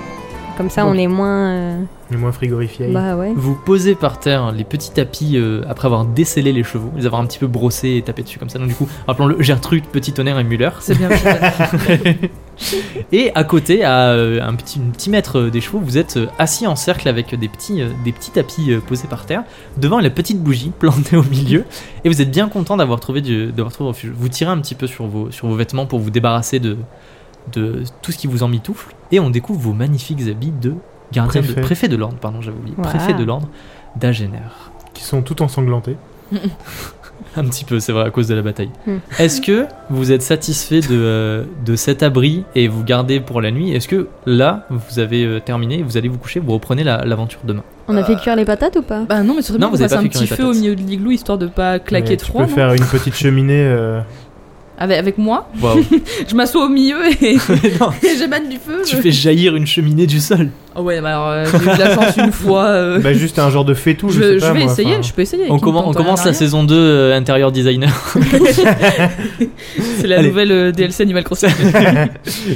B: Comme ça, on est moins. euh,
D: Mais moins frigorifié.
B: Bah ouais.
A: Vous posez par terre les petits tapis euh, après avoir décelé les chevaux, les avoir un petit peu brossés et tapés dessus comme ça. Donc du coup, rappelons-le, Gertrude, Petit Tonnerre et Muller.
C: C'est bien. Michel.
A: Et à côté, à euh, un petit, un petit mètre euh, des chevaux, vous êtes euh, assis en cercle avec des petits, euh, des petits tapis euh, posés par terre, devant la petite bougie plantée au milieu. Et vous êtes bien content d'avoir trouvé, du- d'avoir trouvé refuge. Vous tirez un petit peu sur vos, sur vos vêtements pour vous débarrasser de, de tout ce qui vous emmitoufle. Et on découvre vos magnifiques habits de gardien de
D: Préfet.
A: préfet de l'ordre, pardon, j'avais oublié.
B: Waouh.
A: Préfet de l'ordre d'Agener.
D: Qui sont tout ensanglantés.
A: Un petit peu, c'est vrai, à cause de la bataille.
B: Hmm.
A: Est-ce que vous êtes satisfait de, euh, de cet abri et vous gardez pour la nuit Est-ce que là, vous avez euh, terminé, vous allez vous coucher, vous reprenez la- l'aventure demain
B: On a fait cuire les patates ou pas
C: bah non, mais ce serait
A: Non,
C: bien qu'on
A: vous avez
C: fasse
A: pas
C: un
A: fait cuire
C: petit
A: les
C: feu au
A: patates.
C: milieu de l'igloo histoire de pas claquer
D: Mais
C: trop.
D: Tu peux
C: non
D: faire une petite cheminée. euh,
C: Avec, avec moi,
A: Waouh
C: je m'assois au milieu et,
A: Non,
C: et j'émane du feu.
A: Tu fais jaillir une cheminée du sol
C: Oh ouais, bah alors euh, j'ai eu de la chance une fois. euh,
D: Bah, juste un genre de fétou, je,
C: je,
D: sais
C: je
D: pas.
C: vais
D: moi,
C: essayer,
D: enfin,
C: je peux essayer.
A: On,
C: Qui
A: commen-
C: me
A: on
C: tente
A: commence la
C: rien
A: saison 2 euh, intérieur designer.
C: C'est la
A: Allez.
C: nouvelle euh, DLC Animal Crossing.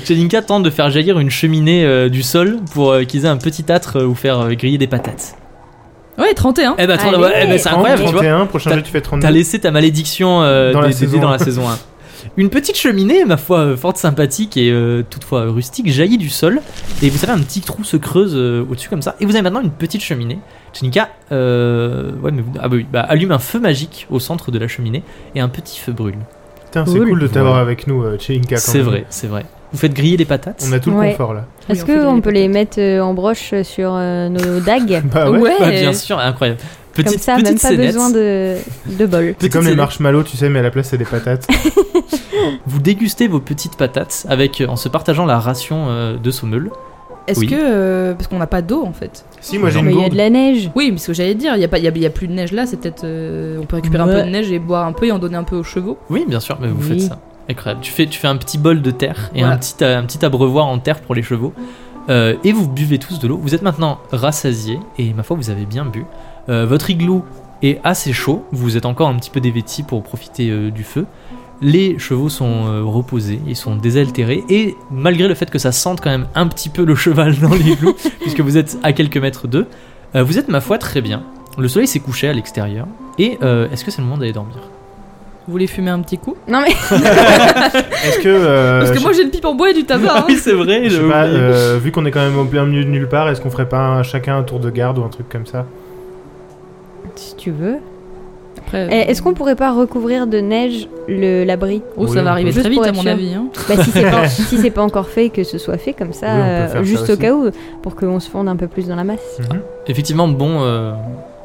A: Chelinka tente de faire jaillir une cheminée euh, du sol pour euh, qu'ils aient un petit âtre euh, ou faire euh, griller des patates.
C: Ouais, 31.
A: Eh ben, attends,
B: Allez.
A: ouais, eh ben, c'est
D: 30,
A: incroyable, tu vois.
D: 31, prochain
A: T'as-
D: jeu, tu fais 32.
A: T'as laissé ta malédiction euh,
D: Dans la
A: des- des dés
D: saison
A: dans
D: un.
A: la saison 1. Une petite cheminée, ma foi, euh, forte sympathique et euh, toutefois euh, rustique, jaillit du sol. Et vous savez, un petit trou se creuse euh, au-dessus comme ça. Et vous avez maintenant une petite cheminée. Chenika euh, ouais, mais vous- ah bah oui, bah, allume un feu magique au centre de la cheminée et un petit feu brûle.
D: Putain, c'est
B: Cool.
D: cool de t'avoir
A: Ouais.
D: avec nous, euh, chez Inca. quand
A: C'est
D: même.
A: vrai, c'est vrai. Vous faites griller des patates.
D: On a tout le
B: Ouais.
D: confort là.
A: Eh,
B: Est-ce
C: Oui, on fait
B: qu'on
C: des
B: peut les mettre euh, en broche euh, sur euh, nos dagues
D: Bah ouais.
A: Ouais, bien sûr, incroyable. Petite,
B: Comme ça,
A: petite
B: même pas
A: scénette.
B: besoin de, de bol.
D: C'est
A: Petite
D: comme les
A: scénette.
D: marshmallows, tu sais, mais à la place, c'est des patates.
A: Vous dégustez vos petites patates avec, euh, en se partageant la ration euh, de saumeul.
C: Est-ce
A: Oui.
C: que. euh, parce qu'on n'a pas d'eau en fait.
D: si, moi j'ai
B: Mais
D: une
B: il y a de
D: gourde.
B: la neige.
C: Oui, mais ce que j'allais dire, il n'y a, pas- il y a, il y a plus de neige là, c'est peut-être. euh, on peut récupérer un
A: Ouais.
C: peu de neige et boire un peu et en donner un peu aux chevaux.
A: Oui, bien sûr, mais vous
B: Oui.
A: faites ça. Incroyable. Tu fais, tu fais un petit bol de terre et un,
C: Voilà.
A: petit, euh, un petit abreuvoir en terre pour les chevaux. Euh, et vous buvez tous de l'eau. Vous êtes maintenant rassasiés et ma foi, vous avez bien bu. Euh, votre igloo est assez chaud. Vous êtes encore un petit peu dévêtis pour profiter euh, du feu. Les chevaux sont euh, reposés, ils sont désaltérés et malgré le fait que ça sente quand même un petit peu le cheval dans l'igloo, puisque vous êtes à quelques mètres d'eux, euh, vous êtes ma foi très bien. Le soleil s'est couché à l'extérieur et euh, est-ce que c'est le moment d'aller dormir
C: Vous voulez fumer un petit
A: Euh,
C: coup
B: Non mais
D: Est-ce que. euh,
C: Parce que
D: je-
C: moi j'ai une pipe en bois et du tabac. hein.
A: Oui, c'est vrai.
D: je sais
A: j'avais
D: pas,
A: oublié.
D: euh, vu qu'on est quand même au plein milieu de nulle part, est-ce qu'on ferait pas un- chacun un tour de garde ou un truc comme ça
B: si tu veux.
C: Après,
B: Eh, Est-ce qu'on pourrait pas recouvrir de neige le l'abri
C: Oh,
D: Oui,
C: ça
D: on
C: va arriver
B: peut.
C: très vite
B: Juste
C: à
B: pour
C: mon
B: être
C: avis. hein.
B: Bah si c'est pas, si c'est pas encore fait, que ce soit fait comme ça,
D: Oui, on peut
B: euh,
D: faire ça
B: juste au
D: aussi.
B: cas où, pour qu'on se fonde un peu plus dans la masse.
A: Ah.
D: Mhm.
A: Effectivement, bon, euh,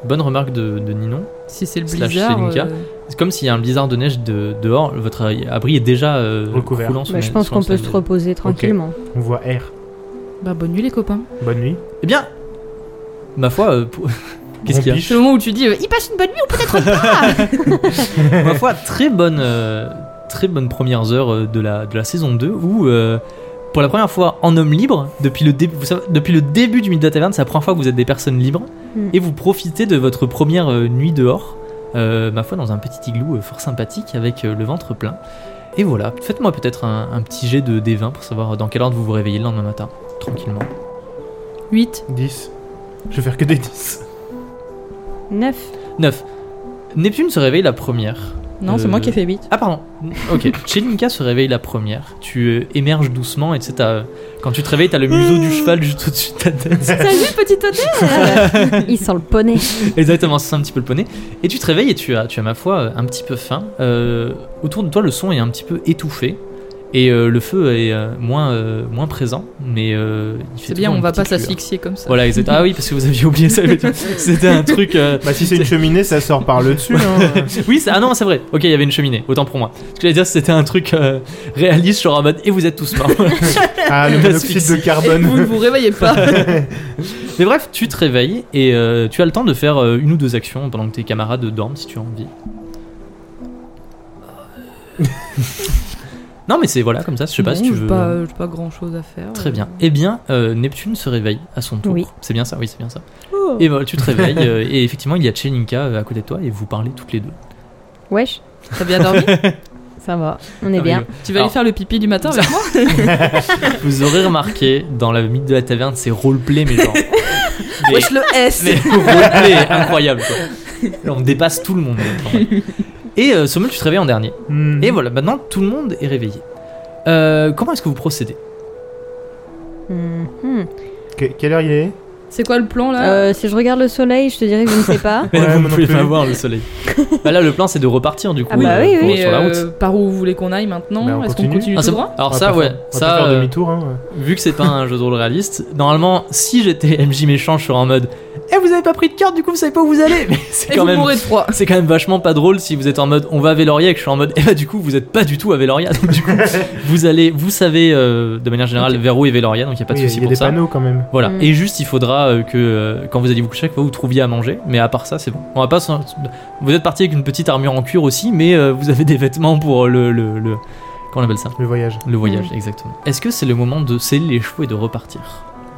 A: bonne remarque de, de Ninon.
C: Si c'est le
A: Slash
C: blizzard.
A: Selinka.
C: euh,
A: C'est comme s'il y a un blizzard de neige de- dehors. Votre abri est déjà euh,
D: Recouvert.
A: croulant sous
B: Bah,
A: la-
B: je pense
A: sous
B: qu'on
A: la
B: peut
A: neige.
B: se reposer tranquillement.
D: On voit R.
C: Bah bonne nuit les copains.
D: Bonne nuit.
A: Eh bien, ma foi, euh, pour- qu'est-ce
D: Bon
A: qu'il y
D: biche.
C: C'est le moment où tu dis euh, il passe une bonne nuit ou peut-être pas
A: a Ma foi, très bonne, euh, très bonne premières heures euh, de la, de la saison 2 où. euh, pour la première fois en homme libre, depuis le, début, vous savez- depuis le début du Midnight Tavern, c'est la première fois que vous êtes des personnes libres
B: Mm.
A: et vous profitez de votre première euh, nuit dehors, euh, ma foi, dans un petit igloo euh, fort sympathique avec euh, le ventre plein. Et voilà, faites-moi peut-être un, un petit jet de D20 pour savoir dans quelle ordre vous vous réveillez le lendemain matin, tranquillement.
C: 8.
D: 10. Je vais faire que des 10.
B: 9.
A: 9. Neptune se réveille la première.
C: Non, c'est
A: Euh,
C: moi qui ai fait 8.
A: Ah pardon, ok. Chelinka se réveille la première. Tu euh, émerges doucement et tu sais, t'as- euh, quand tu te réveilles, t'as le museau du cheval juste au-dessus de ta tête.
C: Salut petite hôtesse
B: Il sent le poney.
A: Exactement, c'est un petit peu le poney. Et tu te réveilles et tu as, tu as ma foi, euh, un petit peu faim. Euh, autour de toi, le son est un petit peu étouffé. Et euh, le feu est euh, moins, euh, moins présent, mais euh, il fait
C: C'est bien,
A: toujours
C: on
A: une
C: va pas
A: petite lueur.
C: s'asphyxier comme ça.
A: Voilà, exact. Ah oui, parce que vous aviez oublié ça. C'était un truc. euh,
D: Bah, si c'est une cheminée, ça sort par le dessus. hein.
A: Oui, c'est- ah non, c'est vrai. Ok, il y avait une cheminée. Autant pour moi. Ce que j'allais dire, c'était un truc euh, réaliste, genre en mode et vous êtes tous morts.
D: Ah, le monoxyde
A: L'asphyxie.
D: de
C: Et vous ne
D: carbone.
C: vous réveillez pas.
A: Mais bref, tu te réveilles et euh, tu as le temps de faire euh, une ou deux actions pendant que tes camarades dorment si tu as envie. Non, mais c'est voilà, comme ça, je sais pas
C: Bon,
A: si tu
C: j'ai
A: veux.
C: Pas, euh, j'ai pas grand chose à faire.
A: Très bien.
C: Euh,
A: Eh bien, euh, Neptune se réveille à son tour.
B: Oui.
A: C'est bien ça, oui, c'est bien ça.
C: Oh.
A: Et voilà, tu te réveilles, euh, et effectivement, il y a Chelinka euh, à côté de toi, et vous parlez toutes les deux.
B: Wesh,
C: T'as bien dormi
B: ça va,
C: Eh
B: on est
A: Non,
B: bien.
A: Ah, mais,
C: Tu vas
A: Alors-
C: aller faire le pipi du matin avec moi
A: euh, Vous aurez remarqué, dans la mythe de la taverne, c'est roleplay, mais genre. mais-
C: Wesh, le S
A: mais roleplay, incroyable, quoi. On dépasse tout le monde. en même temps. Et euh, Sommel, tu te réveilles en dernier.
D: Hmm.
A: Et voilà, maintenant, tout le monde est réveillé. Euh, comment est-ce que vous procédez
B: Hum, hum.
D: Que- quelle heure il est
C: C'est quoi le plan là
B: Euh, si je regarde le soleil, je te dirais que je ne sais pas.
A: Mais
D: Ouais,
A: Vous
D: moi
A: ne
D: non
A: pouvez
D: plus.
A: pas voir le soleil. bah là, le plan, c'est de repartir, du coup,
B: Ah bah
A: euh,
B: oui,
A: pour-
B: oui.
A: sur la route.
C: euh, par où vous voulez qu'on aille maintenant
D: Bah, on
C: Est-ce qu'on
D: continue.
C: continue
A: Ah,
C: tout
A: c'est-
C: droit
A: Alors
D: On va
A: ça,
D: pas
A: ouais,
D: faire- on va pas
A: ça,
D: faire
A: euh,
D: demi-tour. hein.
A: vu que c'est pas un jeu de rôle réaliste, normalement, si j'étais MJ méchant, je serais en mode Eh, vous avez pas pris de carte, du coup, vous savez pas où vous allez Mais c'est
C: Et
A: quand
C: vous
A: même.
C: mourrez de froid
A: C'est quand même vachement pas drôle si vous êtes en mode on va à Véloria et que je suis en mode eh bah du coup vous êtes pas du tout à Véloria donc du coup vous allez vous savez euh, de manière générale vers où est Véloria donc il y a pas de
D: Oui,
A: souci
D: il y a
A: pour
D: des
A: ça.
D: panneaux quand même.
A: Voilà
B: Mm.
A: et juste il faudra euh, que euh, quand vous allez vous coucher que vous trouviez à manger mais à part ça c'est bon. On va pas s'en- vous êtes parti avec une petite armure en cuir aussi mais euh, vous avez des vêtements pour le le, le... qu'on appelle ça
D: Le voyage.
A: le voyage, exactement. Est-ce que c'est le moment de sceller les chevaux et de repartir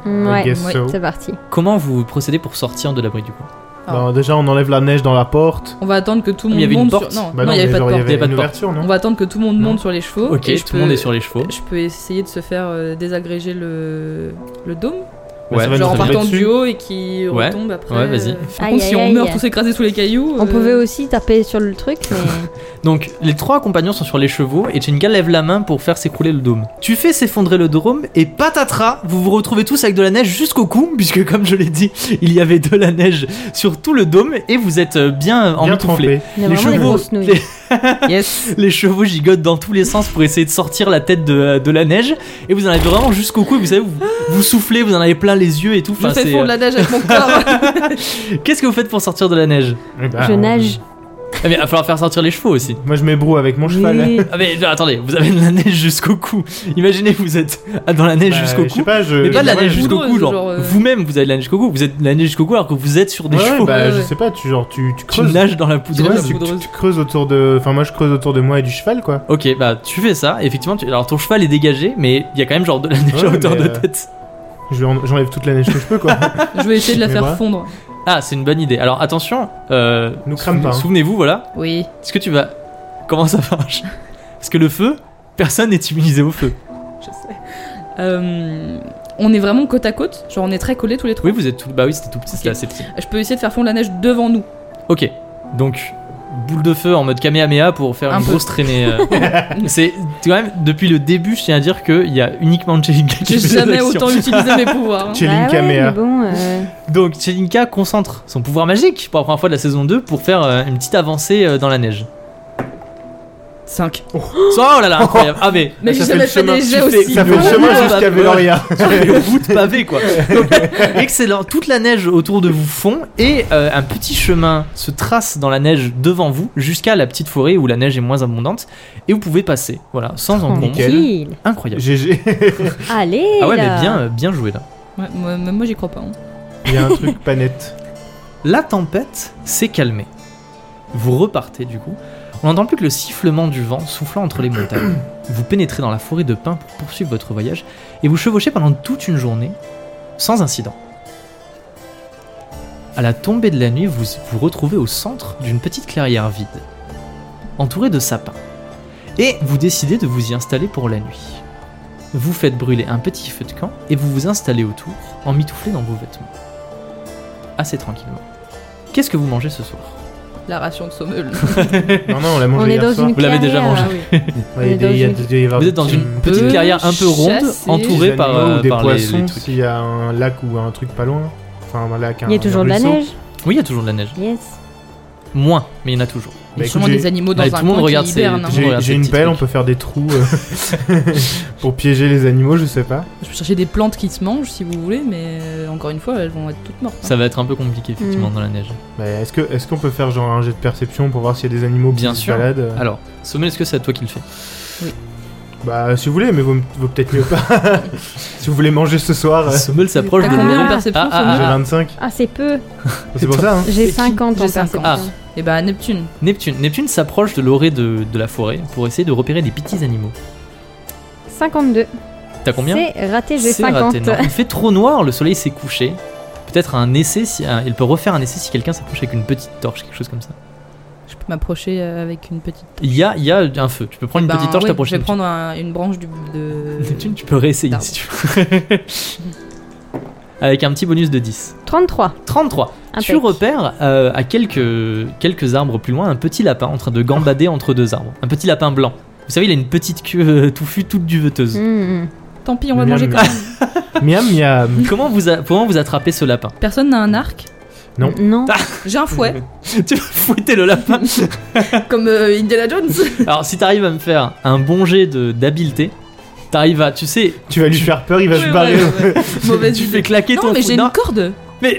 B: Hum,
D: I
B: ouais,
D: guess
C: ouais,
D: so.
B: c'est parti.
A: Comment vous procédez pour sortir de l'abri du coup
C: Ah.
D: Bon, Bah, déjà, on enlève la neige dans la porte.
C: On va attendre que tout le
A: Mais il
C: monde
A: y avait une
C: monte
A: porte.
C: sur... Non,
D: Bah
C: non, il n'y
D: mais
C: avait pas de
D: genre,
C: porte.
D: il y
A: Il y a pas de
D: une ouverture,
C: On
D: non
C: va attendre que tout le monde
A: Non.
C: monte sur les chevaux.
A: Ok,
C: et
A: tout
C: je
A: le monde
C: peux-
A: est sur les chevaux.
C: Je peux essayer de se faire euh, désagréger le, le dôme.
D: Ouais, ça va
C: Genre en
D: nous tomber
C: partant
D: dessus.
C: du haut et qui
A: Ouais.
C: retombe après.
A: Ouais, vas-y.
C: euh, Par
B: Aïe,
C: contre, si
B: aïe,
C: on
B: aïe.
C: meurt tous écrasés sous les cailloux.
B: On
C: euh,
B: pouvait aussi taper sur le truc, mais
A: Donc, les trois compagnons sont sur les chevaux et Chenka lève la main pour faire s'écrouler le dôme. Tu fais s'effondrer le dôme et patatras, vous vous retrouvez tous avec de la neige jusqu'au cou, puisque comme je l'ai dit, il y avait de la neige sur tout le dôme et vous êtes euh, bien
D: Bien
A: emmitouflés.
D: trempé.
B: on a
A: Les
B: vraiment des
A: chevaux,
B: grosses nouilles.
A: les-
C: Yes.
A: Les chevaux gigotent dans tous les sens pour essayer de sortir la tête de, de la neige et vous en avez vraiment jusqu'au cou et vous savez, vous, vous soufflez, vous en avez plein les yeux et tout.
C: Je
A: Enfin,
C: fais
A: c'est,
C: fondre
A: euh,
C: la neige avec mon corps.
A: Qu'est-ce que vous faites pour sortir de la neige
D: Eh ben,
B: Je
D: on-
B: nage.
A: Ah mais il va falloir faire sortir les chevaux aussi.
D: Moi, je m'ébroue avec mon cheval.
B: Oui. Bah
A: Ah mais non, attendez, vous avez de la neige jusqu'au cou. Imaginez vous êtes dans la neige
D: Bah,
A: jusqu'au
D: je sais
A: cou.
D: pas, je-
A: mais pas de la
D: ouais,
A: neige
D: je-
A: jusqu'au cou,
C: poudreuse,
A: genre,
C: genre, euh.
A: vous-même vous avez de la neige jusqu'au cou, vous êtes de la neige jusqu'au cou alors que vous êtes sur des
D: Ouais,
A: chevaux.
D: bah,
C: Ouais,
D: je
C: ouais.
D: sais pas, tu, genre, tu, tu
A: tu
D: creuses.
A: nages dans la
D: Tu,
A: poudre.
C: Ouais,
D: creuses,
C: la
D: tu-
C: poudreuse.
D: tu creuses autour de. Enfin, moi, je creuse autour de moi et du cheval, quoi.
A: Ok, bah tu fais ça, effectivement. Tu... Alors ton cheval est dégagé, mais il y a quand même genre de la neige à
D: Ouais,
A: hauteur
D: mais,
A: de
D: euh,
A: tête.
D: Je lui en- J'enlève toute la neige que je peux, quoi.
C: Je vais essayer de la
D: Mais
C: faire
D: voilà.
C: fondre.
A: Ah, c'est une bonne idée. Alors attention, euh,
D: Nous crame pas, hein.
A: souvenez-vous, voilà.
C: Oui.
A: Est-ce que tu vas. Comment ça marche Parce que le feu, personne n'est immunisé au feu.
C: Je sais. Euh, on est vraiment côte à côte. Genre on est très collés tous les trois.
A: Oui, vous êtes tout. Bah oui, c'était tout petit, c'était
C: Ok.
A: assez petit.
C: Je peux essayer de faire fondre la neige devant nous.
A: Ok, donc boule de feu en mode Kamehameha pour faire
C: Un
A: une
C: peu.
A: grosse traînée. euh. c'est quand même depuis le début, je tiens à dire qu'il y a uniquement Chelinka qui
C: J'ai
A: fait
C: jamais
A: cette action.
C: autant utilisé mes pouvoirs. hein.
D: Chilling
B: Bah ouais, mais
D: Kamea.
B: bon, euh,
A: Donc Chelinka concentre son pouvoir magique pour la première fois de la saison 2 pour faire euh, une petite avancée euh, dans la neige.
C: 5.
A: Oh là là, incroyable! Ah, mais
C: Mais
D: Ça fait
C: j'ai jamais
D: le
C: fait
D: chemin.
C: des jets
A: Tu fais-
C: aussi.
D: Ça fait le chemin
A: Ah, bah,
D: jusqu'à Veloria.
A: route pavée quoi! Donc, excellent! Toute la neige autour de vous fond et euh, un petit chemin se trace dans la neige devant vous jusqu'à la petite forêt où la neige est moins abondante et vous pouvez passer, voilà, sans encombre.
D: Ah, Nickel.
B: tranquille.
A: Incroyable!
D: GG.
B: Allez
A: Ah ouais,
B: là.
A: mais bien, euh, bien joué là.
C: Ouais, moi, même moi j'y crois pas. hein.
D: Il y a un truc pas net.
A: La tempête s'est calmée. Vous repartez du coup. On n'entend plus que le sifflement du vent soufflant entre les montagnes. Vous pénétrez dans la forêt de pins pour poursuivre votre voyage et vous chevauchez pendant toute une journée sans incident. À la tombée de la nuit, vous vous retrouvez au centre d'une petite clairière vide, entourée de sapins. Et vous décidez de vous y installer pour la nuit. Vous faites brûler un petit feu de camp et vous vous installez autour, en mitouflé dans vos vêtements. Assez tranquillement. Qu'est-ce que vous mangez ce soir
C: La ration de sommeul.
A: Bah,
D: Non, non, on l'a mangé
B: On est
D: hier
B: dans
D: soir.
B: une
A: Vous l'avez déjà
B: carrière.
A: mangé.
C: Ah oui.
D: Ouais, il y a
B: on est
D: des- il y a
B: dans
D: des- il doit y avoir
A: Vous
D: des
A: êtes dans
D: petits-
A: une petite
C: peu
A: clairière un peu ronde,
C: chassé.
A: entourée
D: des
A: par,
D: animaux
A: euh,
D: ou des
A: par les- les,
D: poissons
A: trucs.
D: s'il y a un lac ou un truc pas loin. Enfin, un lac, un
B: Il y a toujours de la
D: ruisseau.
B: neige.
A: Oui, il y a toujours de la neige.
B: Yes.
A: Moins, mais il y en a toujours.
C: Il y a
D: écoute,
C: sûrement
D: j'ai-
C: des animaux dans
A: Bah,
C: un
A: tout le
C: coin
A: monde regarde
C: qui
A: ses-
C: hibernent, hein.
A: Bon,
D: J'ai
A: voilà,
D: j'ai
A: ces
D: une
A: petits
D: pelle,
A: trucs.
D: on peut faire des trous euh, pour piéger les animaux, je sais pas.
C: Je peux chercher des plantes qui se mangent si vous voulez, mais euh, encore une fois, elles vont être toutes mortes. hein.
A: Ça va être un peu compliqué, effectivement,
B: Mm.
A: dans la neige.
D: Mais est-ce que est-ce qu'on peut faire genre un jet de perception pour voir s'il y a des animaux
A: Bien
D: qui
A: sûr.
D: se baladent euh
A: Alors, Sommel, est-ce que c'est à toi qui le fait
D: Bah si vous voulez, mais vaut, vaut peut-être mieux pas. si vous voulez manger ce soir, euh,
A: Sommel s'approche
C: T'as
A: de
C: combien
A: l'eau.
C: en perception,
A: Ah, ah,
D: j'ai
A: ah.
C: Sommel
D: 25.
B: Ah, c'est peu.
D: C'est pour ça. Hein.
B: J'ai
A: qui
B: 50 en
C: J'ai
B: perception.
C: 50.
A: Ah.
C: Et bah Neptune.
A: Neptune. Neptune s'approche de l'orée de, de la forêt pour essayer de repérer des petits animaux.
D: Ah.
B: 52.
A: T'as combien
B: C'est raté, j'ai
A: C'est raté,
B: 50.
A: non. Il fait trop noir, le soleil s'est couché. Peut-être un essai, si, un- il peut refaire un essai si quelqu'un s'approche avec une petite torche, quelque chose comme ça.
C: Je peux m'approcher euh, avec une petite.
A: Il y a, il y a un feu, tu peux prendre une
C: Ben,
A: petite torche,
C: ouais,
A: t'approcher.
C: Je vais
A: d'une
C: prendre un- une branche du, de.
A: petite- Euh, Neptune, tu peux réessayer si tu veux. avec un petit bonus de 10.
B: 33.
A: 33. Tu
B: impec.
A: repères euh, à quelques, quelques arbres plus loin un petit lapin en train de gambader entre deux arbres. Un petit lapin blanc. Vous savez, il a une petite queue euh, touffue, toute duveteuse.
B: Hmm.
C: Tant pis, on va
D: Miam,
C: manger
D: miam.
C: quand même.
D: hein. Miam
C: Mm.
D: miam.
A: Comment vous, a- comment vous attrapez ce lapin
C: Personne n'a un arc.
D: Non. Ah,
B: Non.
C: J'ai un fouet,
A: Tu vas fouetter le lapin
C: comme euh, Indiana Jones.
A: Alors, si t'arrives à me faire un bon jet de- d'habileté, t'arrives à. Tu sais,
D: Tu vas lui faire peur, il va
C: Ouais,
D: se barrer.
C: ouais, ouais, ouais. Mauvaise
A: tu
C: idée.
A: fais claquer ton
C: Non, mais
A: fou-
C: j'ai une corde.
A: mais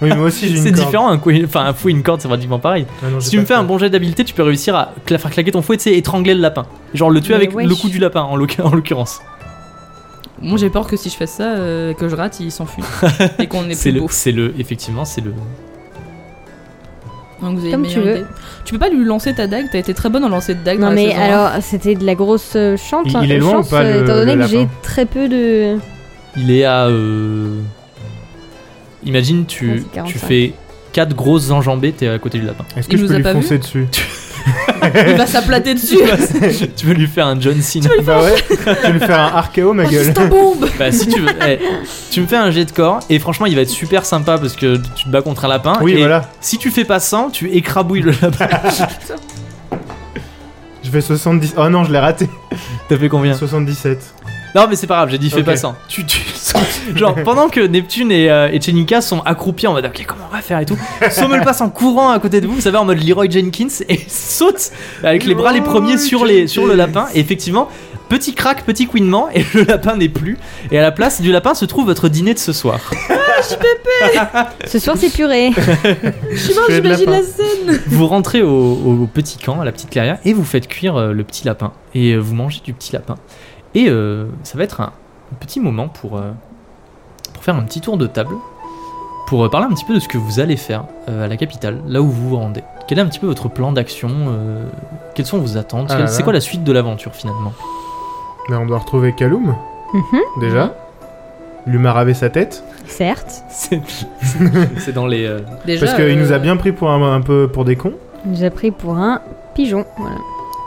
D: Oui, moi aussi j'ai une
A: c'est
D: corde.
A: différent, un, fouet enfin, un fouet et une corde, c'est pratiquement pareil.
D: Ah non, j'ai
A: Si tu me
D: pas
A: fais un
D: peur.
A: bon jet d'habileté, tu peux réussir à cla- faire claquer ton fouet, tu sais, étrangler le lapin. Genre le tuer
B: Mais
A: avec
B: wesh.
A: le coup du lapin, en l'oc- en l'occurrence.
C: Moi, j'ai peur que si je fais ça, euh, que je rate, il s'enfuit. Et qu'on est
A: C'est
C: plus
A: le,
C: beau.
A: c'est le, effectivement, c'est le.
C: Donc, vous avez
B: Comme
C: une meilleure
B: tu veux.
C: idée. Tu peux pas lui lancer ta dague T'as été très bonne en lancer de dague.
B: Non
C: dans la
B: mais
C: saison hein. un.
B: alors c'était de la grosse euh, chante.
D: Il- il est
B: euh,
D: loin ou
B: chance,
D: pas,
B: euh,
D: le-
B: Étant donné
D: le
B: que j'ai
D: lapin
B: très peu de.
A: Il est à. euh, Imagine,
B: Ouais,
A: tu,
B: c'est 45.
A: tu fais quatre grosses enjambées, t'es à côté du lapin.
D: Est-ce que
C: Il
D: je
C: nous
D: peux
C: a
D: lui
C: pas
D: foncer dessus
C: il va s'aplater dessus.
A: tu veux lui faire un John Cena
D: Bah ouais, je vais lui faire un archéo ma
C: Oh,
D: gueule.
C: c'est ta bombe.
A: Bah si tu veux, eh, tu me fais un jet de corps et franchement il va être super sympa parce que tu te bats contre un lapin.
D: Oui,
A: et
D: voilà.
A: Si tu fais pas 100, tu écrabouilles le lapin.
D: Je fais 70. Oh non, je l'ai raté.
A: T'as fait combien
D: 77.
A: Non mais c'est pas grave, j'ai dit fais
D: Ok.
A: pas 100. Tu, tu- Genre pendant que Neptune et, euh, et Chenika sont accroupis en mode ok comment on va faire et tout, Sommel passe en courant à côté de vous, vous savez en mode Leroy Jenkins et saute avec les bras les premiers sur, les, sur le lapin. Et effectivement, petit crack, petit couinement et le lapin n'est plus. Et à la place du lapin se trouve votre dîner de ce soir.
B: Ce soir c'est purée.
C: Je suis mort,
D: fais de
C: j'imagine
D: lapin.
C: la scène.
A: Vous rentrez au, au petit camp, à la petite clairière, et vous faites cuire euh, le petit lapin. Et euh, vous mangez du petit lapin. Et euh, ça va être un petit moment pour, euh, pour faire un petit tour de table, pour euh, parler un petit peu de ce que vous allez faire euh, à la capitale, là où vous vous rendez. Quel est un petit peu votre plan d'action euh, Quelles sont vos attentes
D: Ah
A: Quelle-
D: là
A: C'est
D: là.
A: quoi la suite de l'aventure finalement
D: Mais on doit retrouver Kaloum,
B: Mhm,
D: déjà. Lui maraver sa tête.
B: Certes.
A: C'est c'est dans les... euh,
C: Déjà,
D: Parce qu'il
C: euh,
D: nous a bien pris pour un, un peu pour des cons.
B: J'ai pris pour un pigeon. Voilà.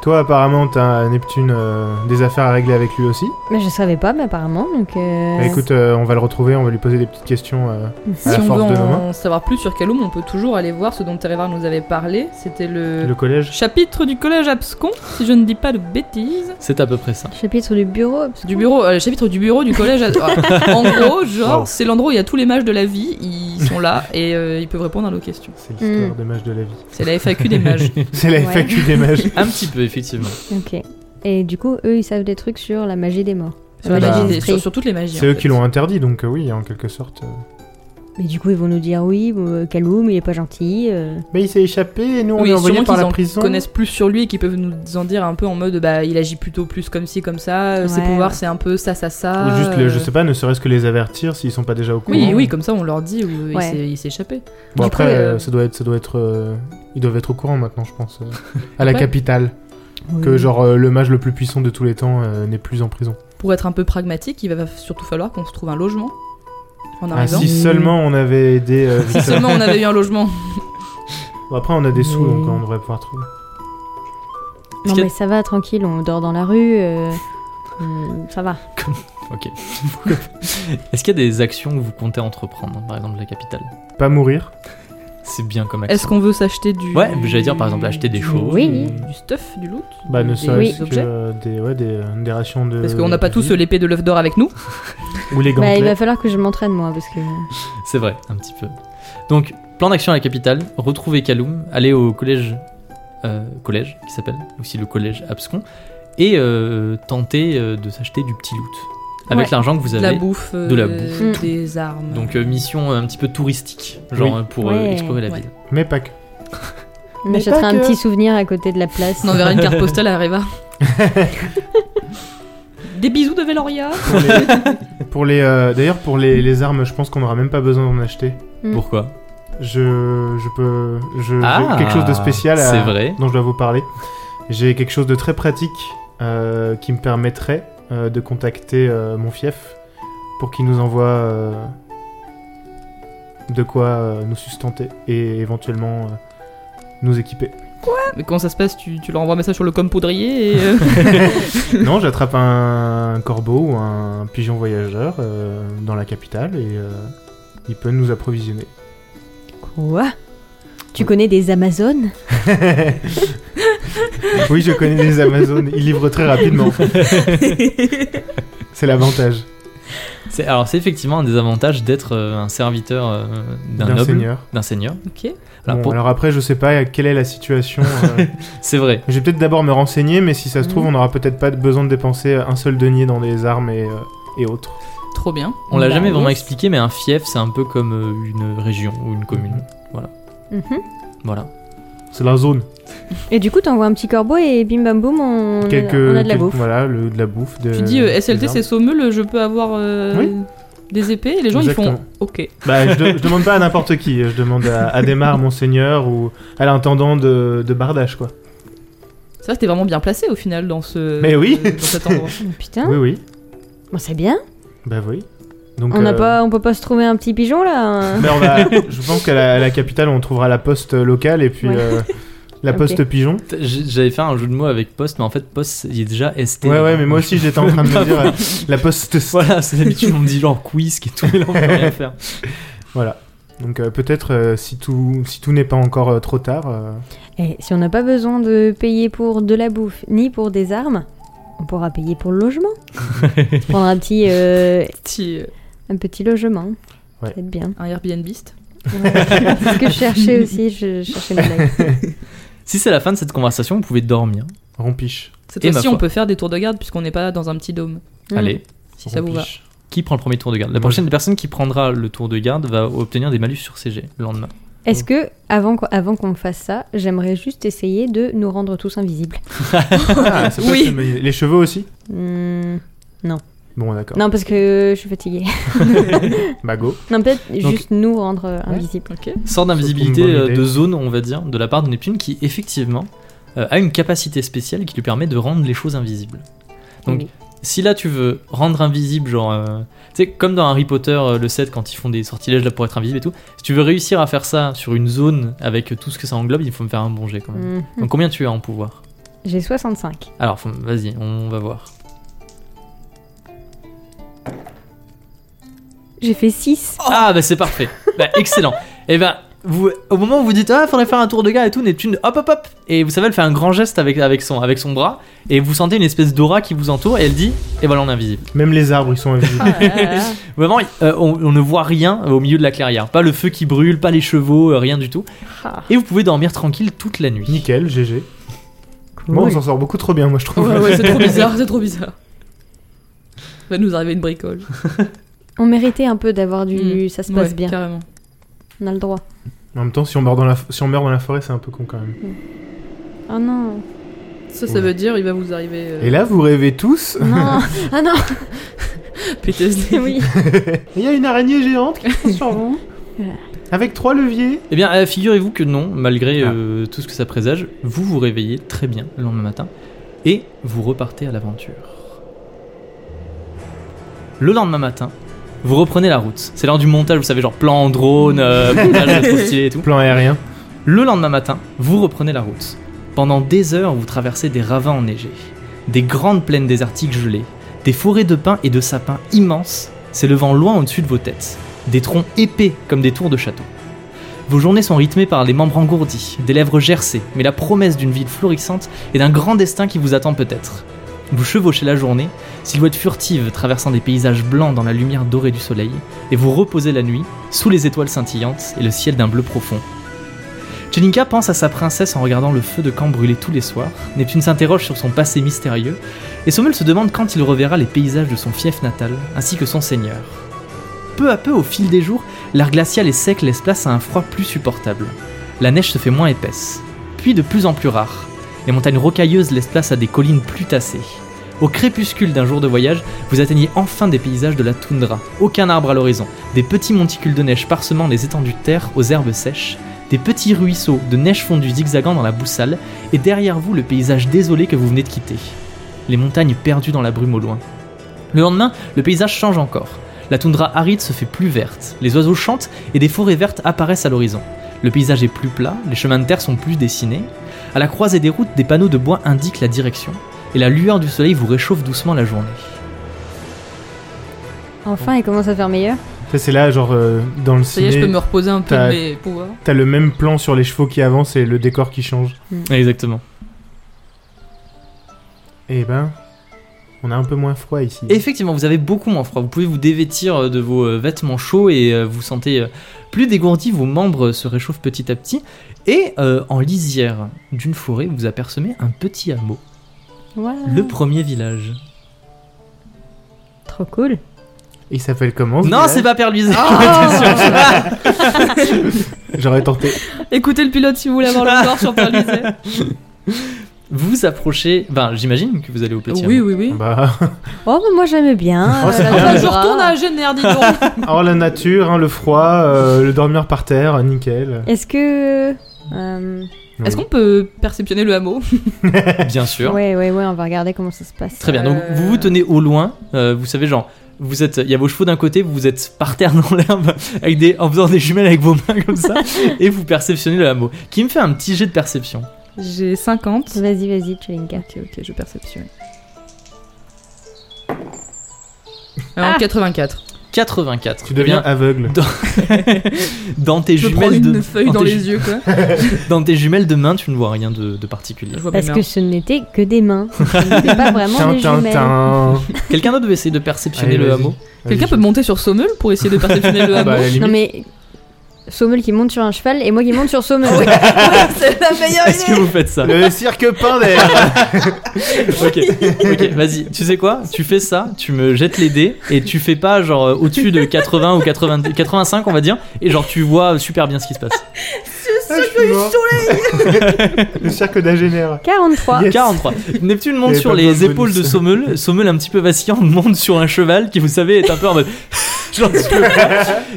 D: Toi, apparemment, t'as Neptune euh, des affaires à régler avec lui aussi.
B: Mais je savais pas mais apparemment donc. euh,
D: Bah, écoute, euh, on va le retrouver, on va lui poser des petites questions. euh.
C: Si
D: à la
C: on
D: force
C: veut
D: de nos
C: en savoir plus sur Kaloum, on peut toujours aller voir ce dont Terevar nous avait parlé. C'était le,
D: Le collège
C: chapitre du collège abscon, si je ne dis pas de bêtises.
A: C'est à peu près ça.
B: Chapitre du bureau. parce
C: Du
B: que-
C: bureau, euh, le chapitre du bureau du collège. Abs- Ah, en gros, genre,
D: Wow.
C: c'est l'endroit où il y a tous les mages de la vie, ils sont là et euh, ils peuvent répondre à nos questions.
D: C'est l'histoire
B: Mm.
D: des mages de la vie.
C: C'est la FAQ des mages.
D: C'est la
B: Ouais.
D: FAQ des mages.
A: Un petit peu, effectivement.
B: Ok. Et du coup eux ils savent des trucs sur la magie des morts.
C: Sur, la
D: Bah,
C: magie des-
B: esprit.
C: sur- sur toutes les magies.
D: C'est
C: en
D: eux
C: fait.
D: qui l'ont interdit, donc euh, oui, en quelque sorte. euh.
B: Mais du coup ils vont nous dire oui euh, Kaloum il est pas gentil. euh,
D: Mais il s'est échappé, et nous on
C: Oui,
D: l'a envoyé
C: sûrement
D: par
C: qu'ils
D: la
C: en
D: prison.
C: connaissent plus sur lui et qui peuvent nous en dire un peu en mode bah il agit plutôt plus comme ci comme ça, euh, ses
B: Ouais.
C: pouvoirs c'est un peu ça ça ça.
D: Ou juste, le- je
C: euh,
D: sais pas, ne serait-ce que les avertir s'ils sont pas déjà au courant.
C: Oui oui comme ça on leur dit où il
B: Ouais.
C: s'est- il s'est échappé.
D: Bon
C: Du
D: après,
C: coup,
D: euh,
C: euh,
D: ça doit être, ça doit être, euh, ils doivent être au courant maintenant, je pense, euh, à la
C: Ouais.
D: capitale, que
B: oui.
D: genre euh, le mage le plus puissant de tous les temps euh, n'est plus en prison.
C: Pour être un peu pragmatique, il va surtout falloir qu'on se trouve un logement en
D: Ah,
C: arrivant.
D: si seulement on avait aidé. euh,
C: Si
D: Victor.
C: seulement on avait eu un logement.
D: Bon, après, on a des sous,
B: Mais-
D: donc euh, on devrait pouvoir trouver.
A: Est-ce
B: Non
A: qu'il y a-
B: mais ça va tranquille on dort dans la rue. euh, hum, Ça va.
A: Ok. Est-ce qu'il y a des actions que vous comptez entreprendre, par exemple la capitale
D: Pas mourir.
A: C'est bien comme action.
C: Est-ce qu'on veut s'acheter du.
A: Ouais, j'allais dire par exemple acheter des
C: du-
A: choses.
B: Oui.
C: Du, du stuff, du loot
D: Bah
C: du-
D: ne
C: des
D: serait-ce que
C: objets
D: euh, des, ouais, des, euh, des rations de.
C: Parce qu'on n'a pas
A: Mmh.
D: de
C: tous
D: vie.
C: l'épée de l'œuf d'or avec nous.
D: Ou les
B: Bah,
D: gantelets.
B: il va falloir que je m'entraîne moi parce que.
A: C'est vrai, un petit peu. Donc, plan d'action à la capitale, retrouver Kaloum, aller au collège, euh, collège qui s'appelle aussi le collège Abscon, et euh, tenter euh, de s'acheter du petit loot avec
B: Ouais.
A: l'argent que vous
C: De la
A: avez.
C: bouffe, euh,
A: de la bouffe.
B: Mm.
C: des armes.
A: Donc, euh, mission euh, un petit peu touristique, genre
D: Oui.
A: euh, pour euh,
B: Ouais.
A: explorer la
C: Ouais.
A: ville.
D: Mais pas que.
B: On
D: Mais
B: achètera
D: pas
B: un
D: que.
B: petit souvenir à côté de la place.
C: on enverra une carte postale à Reva. des bisous de Veloria.
D: Pour les- Pour les, euh, d'ailleurs, pour les, les armes, je pense qu'on n'aura même pas besoin d'en acheter.
B: Mm.
A: Pourquoi
D: Je, je peux. Je,
A: Ah,
D: j'ai quelque chose de spécial à-
A: c'est vrai.
D: dont je dois vous parler. J'ai quelque chose de très pratique euh, qui me permettrait euh, de contacter euh, mon fief pour qu'il nous envoie euh, de quoi euh, nous sustenter et éventuellement euh, nous équiper.
C: Mais comment ça se passe tu, tu leur envoies un message sur le com poudrier et. euh,
D: non, j'attrape un corbeau ou un pigeon voyageur euh, dans la capitale et euh, il peut nous approvisionner.
B: Quoi Tu connais des Amazones
D: oui, je connais les Amazones, ils livrent très rapidement. C'est l'avantage
A: C'est- Alors, c'est effectivement un des avantages d'être euh, un serviteur euh, d'un
D: d'un
A: noble,
D: seigneur.
A: d'un seigneur.
C: Ok.
A: Alors,
D: Bon,
A: pour-
D: alors après, je sais pas quelle est la situation. euh,
A: C'est vrai.
D: Je vais peut-être d'abord me renseigner, mais si ça se trouve,
B: Mm.
D: on n'aura peut-être pas besoin de dépenser un seul denier dans des armes et, euh, et autres.
C: Trop bien.
A: On l'a
C: Bah,
A: jamais vraiment
C: yes.
A: expliqué, mais un fief, c'est un peu comme euh, une région ou une commune.
D: Mm-hmm.
B: Mhm.
A: Voilà.
D: C'est la zone.
B: Et du coup, t'envoies un petit corbeau et bim bam boum, on, on
D: Quelques-
B: a, on a de la
D: quelques-
B: bouffe.
D: Voilà, le- de la bouffe. de-
C: Tu dis euh,
D: des
C: SLT
D: armes.
C: c'est Sommel, je peux avoir euh,
D: Oui.
C: des épées et les gens ils
D: Exactement.
C: font ok.
D: Bah, je, de- je demande pas à n'importe qui. Je demande à, à Desmar, monseigneur, ou à l'intendant de, de Bardage, quoi.
C: C'est vrai que t'es vraiment bien placé au final dans ce. euh,
D: Mais oui.
C: dans cet endroit.
B: Oh, Putain,
D: Oui, oui.
B: Bon, c'est bien.
D: Bah oui. Donc,
B: on, n'a
D: euh,
B: pas, on peut pas se trouver un petit pigeon là un-
D: bah, on va- je pense qu'à la, à la capitale, on trouvera la poste locale et puis
B: Ouais.
D: euh, la
B: Ok.
D: poste pigeon.
A: T- j'ai- J'avais fait un jeu de mots avec poste, mais en fait, poste, il est déjà ST.
D: Ouais, ouais, mais moi aussi, j'étais en train de me dire euh, la poste.
A: Voilà, c'est d'habitude, on me dit genre quiz qui est tout, mais là, on peut rien faire.
D: Voilà. Donc euh, peut-être euh, si tout si tout n'est pas encore euh, trop tard, euh,
B: Et si on n'a pas besoin de payer pour de la bouffe ni pour des armes, on pourra payer pour le logement. On se prendra un petit, euh,
C: Petit, euh,
B: un petit logement.
D: Ouais.
B: C'est bien.
C: un Airbnbiste.
B: Ouais. C'est ce que je cherchais aussi. Je cherchais ma blague.
A: Si c'est la fin de cette conversation, vous pouvez dormir.
D: rompiche.
C: Cette
A: Et ma
C: fois-ci
A: foi.
C: on peut faire des tours de garde puisqu'on n'est pas dans un petit dôme.
B: Mm.
A: Allez,
C: Si ça vous va.
D: Rompiche.
A: qui prend le premier tour de garde La
D: Moi,
A: prochaine personne qui prendra le tour de garde va obtenir des malus sur CG le lendemain.
B: Est-ce que, avant, qu'on- avant qu'on fasse ça, j'aimerais juste essayer de nous rendre tous invisibles
D: Ah, ça peut
C: Oui.
D: être- mais les cheveux aussi.
B: Hmm,
D: Bon d'accord.
B: Non, parce que je suis fatiguée.
D: Bah go.
B: Non, peut-être
A: Donc-
B: juste nous rendre euh, invisibles.
C: Ok.
A: Sort
D: C'est
A: d'invisibilité
D: une bonne
A: euh,
D: idée.
A: de zone, on va dire, de la part de Neptune qui, effectivement, euh, a une capacité spéciale qui lui permet de rendre les choses invisibles. Donc,
B: Oui.
A: si là tu veux rendre invisible, genre, euh, tu sais, comme dans Harry Potter euh, le 7 quand ils font des sortilèges là pour être invisible et tout, si tu veux réussir à faire ça sur une zone avec euh, tout ce que ça englobe, il faut me faire un bon jet quand même.
B: Mhm.
A: Donc, combien tu as en pouvoir
B: J'ai 65.
A: Alors, faut- vas-y, on va voir.
B: J'ai fait 6.
A: Ah bah c'est parfait, bah, excellent. et ben vous, au moment où vous dites ah faudrait faire un tour de gars et tout, Neptune hop hop hop et vous savez elle fait un grand geste avec avec son avec son bras et vous sentez une espèce d'aura qui vous entoure et elle dit et voilà on est invisible.
D: Même les arbres ils sont invisibles.
C: Ah là là là.
A: Vraiment euh, on, on ne voit rien au milieu de la clairière, pas le feu qui brûle, pas les chevaux, euh, rien du tout
B: Ah,
A: et vous pouvez dormir tranquille toute la nuit.
D: Nickel, GG.
B: cool.
D: Bon, on s'en sort beaucoup trop bien, moi je trouve.
C: Ouais, ouais, c'est trop bizarre, c'est trop bizarre. Va nous arriver une bricole.
B: On méritait un peu d'avoir du. Ça se passe
C: Ouais,
B: bien.
C: Carrément.
B: On a le droit.
D: En même temps, si on meurt dans la si on meurt dans la forêt, c'est un peu con quand même.
B: Oh non.
C: Ça, ça
D: Ouais.
C: veut dire il va vous arriver. euh,
D: Et là, vous rêvez tous.
B: Non. ah non.
C: PTSD.
B: oui.
D: Il y a une araignée géante qui fonce sur vous. Avec trois leviers.
A: Eh bien, euh, figurez-vous que non, malgré euh, tout ce que ça présage, vous vous réveillez très bien le lendemain matin et vous repartez à l'aventure. Le lendemain matin, vous reprenez la route. C'est l'heure du montage, vous savez, genre plan en drone, euh, montage trop stylé et tout.
D: Plan aérien.
A: Le lendemain matin, vous reprenez la route. Pendant des heures, vous traversez des ravins enneigés, des grandes plaines désertiques gelées, des forêts de pins et de sapins immenses s'élevant loin au-dessus de vos têtes, des troncs épais comme des tours de château. Vos journées sont rythmées par les membres engourdis, des lèvres gercées, mais la promesse d'une ville florissante et d'un grand destin qui vous attend peut-être. Vous chevauchez la journée, silhouette furtive traversant des paysages blancs dans la lumière dorée du soleil, et vous reposez la nuit sous les étoiles scintillantes et le ciel d'un bleu profond. Chelinka pense à sa princesse en regardant le feu de camp brûler tous les soirs, Neptune s'interroge sur son passé mystérieux, et Sommel se demande quand il reverra les paysages de son fief natal, ainsi que son seigneur. Peu à peu, au fil des jours, l'air glacial et sec laisse place à un froid plus supportable. La neige se fait moins épaisse, puis de plus en plus rare. Les montagnes rocailleuses laissent place à des collines plus tassées. Au crépuscule d'un jour de voyage, vous atteignez enfin des paysages de la toundra. Aucun arbre à l'horizon, des petits monticules de neige parsemant les étendues de terre aux herbes sèches, des petits ruisseaux de neige fondue zigzagant dans la boussole, et derrière vous le paysage désolé que vous venez de quitter. Les montagnes perdues dans la brume au loin, Le lendemain, le paysage change encore. La toundra aride se fait plus verte, les oiseaux chantent et des forêts vertes apparaissent à l'horizon. Le paysage est plus plat, les chemins de terre sont plus dessinés. À la croisée des routes, des panneaux de bois indiquent la direction et la lueur du soleil vous réchauffe doucement la journée.
B: Enfin, il commence à faire meilleur.
D: Ça, c'est là, genre, euh, dans le
C: Ça y est, je peux
D: ciné,
C: me reposer un peu
D: t'as-
C: de mes pouvoirs.
D: t'as le même plan sur les chevaux qui avancent et le décor qui change.
A: Exactement.
D: Et ben, on a un peu moins froid ici.
A: Effectivement, vous avez beaucoup moins froid. Vous pouvez vous dévêtir euh, de vos euh, vêtements chauds et euh, vous sentez euh, plus dégourdi. Vos membres euh, se réchauffent petit à petit. Et euh, en lisière d'une forêt, vous apercevez un petit hameau,
B: Waouh,
A: le premier village.
B: Trop cool.
D: Il s'appelle comment ce
A: Non,
D: village
A: c'est pas Perluisé.
D: J'aurais tenté.
C: Écoutez le pilote si vous voulez avoir le corps sur Euh, Perlisé.
A: vous approchez. Ben, j'imagine que vous allez au petit
C: Oui,
A: hameau.
C: oui, Euh, oui.
D: Bah,
B: Oh, bah, moi j'aime bien.
D: Oh, c'est
B: la
D: bien.
B: toundra.
C: je retourne à Génère, dis donc.
D: oh la nature, hein, le froid, euh, le dormir par terre, nickel.
B: Est-ce que. euh,
C: Est-ce qu'on peut perceptionner le hameau
A: Bien sûr.
B: Ouais, ouais, ouais, on va regarder comment ça se passe.
A: Très bien. Donc
C: Euh.
A: vous vous tenez au loin. euh, vous savez, genre, vous êtes, il y a vos chevaux d'un côté, vous êtes par terre dans l'herbe, avec des, en faisant des jumelles avec vos mains comme ça, et vous perceptionnez le hameau. Qui me fait un petit jet de perception.
C: J'ai 50.
B: Vas-y, vas-y, Chelinka.
C: Ok, ok, je perceptionne.
B: Ah.
C: Alors, 84.
A: 84.
D: Tu deviens
A: Eh
D: aveugle.
A: bien, dans tes
C: Je prends
A: jumelles
C: une
A: de,
C: feuille
A: dans
C: dans
A: tes
C: les
A: ju-
C: yeux, quoi.
A: dans tes jumelles de main, tu ne vois rien de, de
C: Je
A: particulier.
C: vois
B: Parce
C: mes
B: que
C: mains.
B: ce n'étaient que des mains. Ce n'étaient pas vraiment des
D: Tintin,
B: jumelles.
D: tin.
A: Quelqu'un d'autre veut essayer de perceptionner
D: Allez,
A: le
D: vas-y.
A: hameau.
C: Quelqu'un
D: Vas-y.
C: peut monter sur Sommel pour essayer de perceptionner le
D: Ah bah, à
C: hameau
D: la limite.
B: Non, mais. Sommel qui monte sur un cheval et moi qui monte sur Sommel.
C: C'est la meilleure
A: Est-ce que vous faites ça
D: Le cirque peint d'air.
A: Ok, ok, vas-y. Tu sais quoi Tu fais ça, tu me jettes les dés et tu fais pas genre euh, au-dessus de 80 ou 80, 85 on va dire et genre tu vois super bien ce qui se passe.
D: Ah, je suis mort. le cirque d'Agénère.
B: 43.
D: Yes.
A: 43. Neptune monte
D: Il y avait
A: sur
D: pas besoin
A: les
D: de
A: épaules de
D: bonus.
A: Sommel. Sommel un petit peu vacillant monte sur un cheval qui vous savez est un peu en mode. J'en peux plus.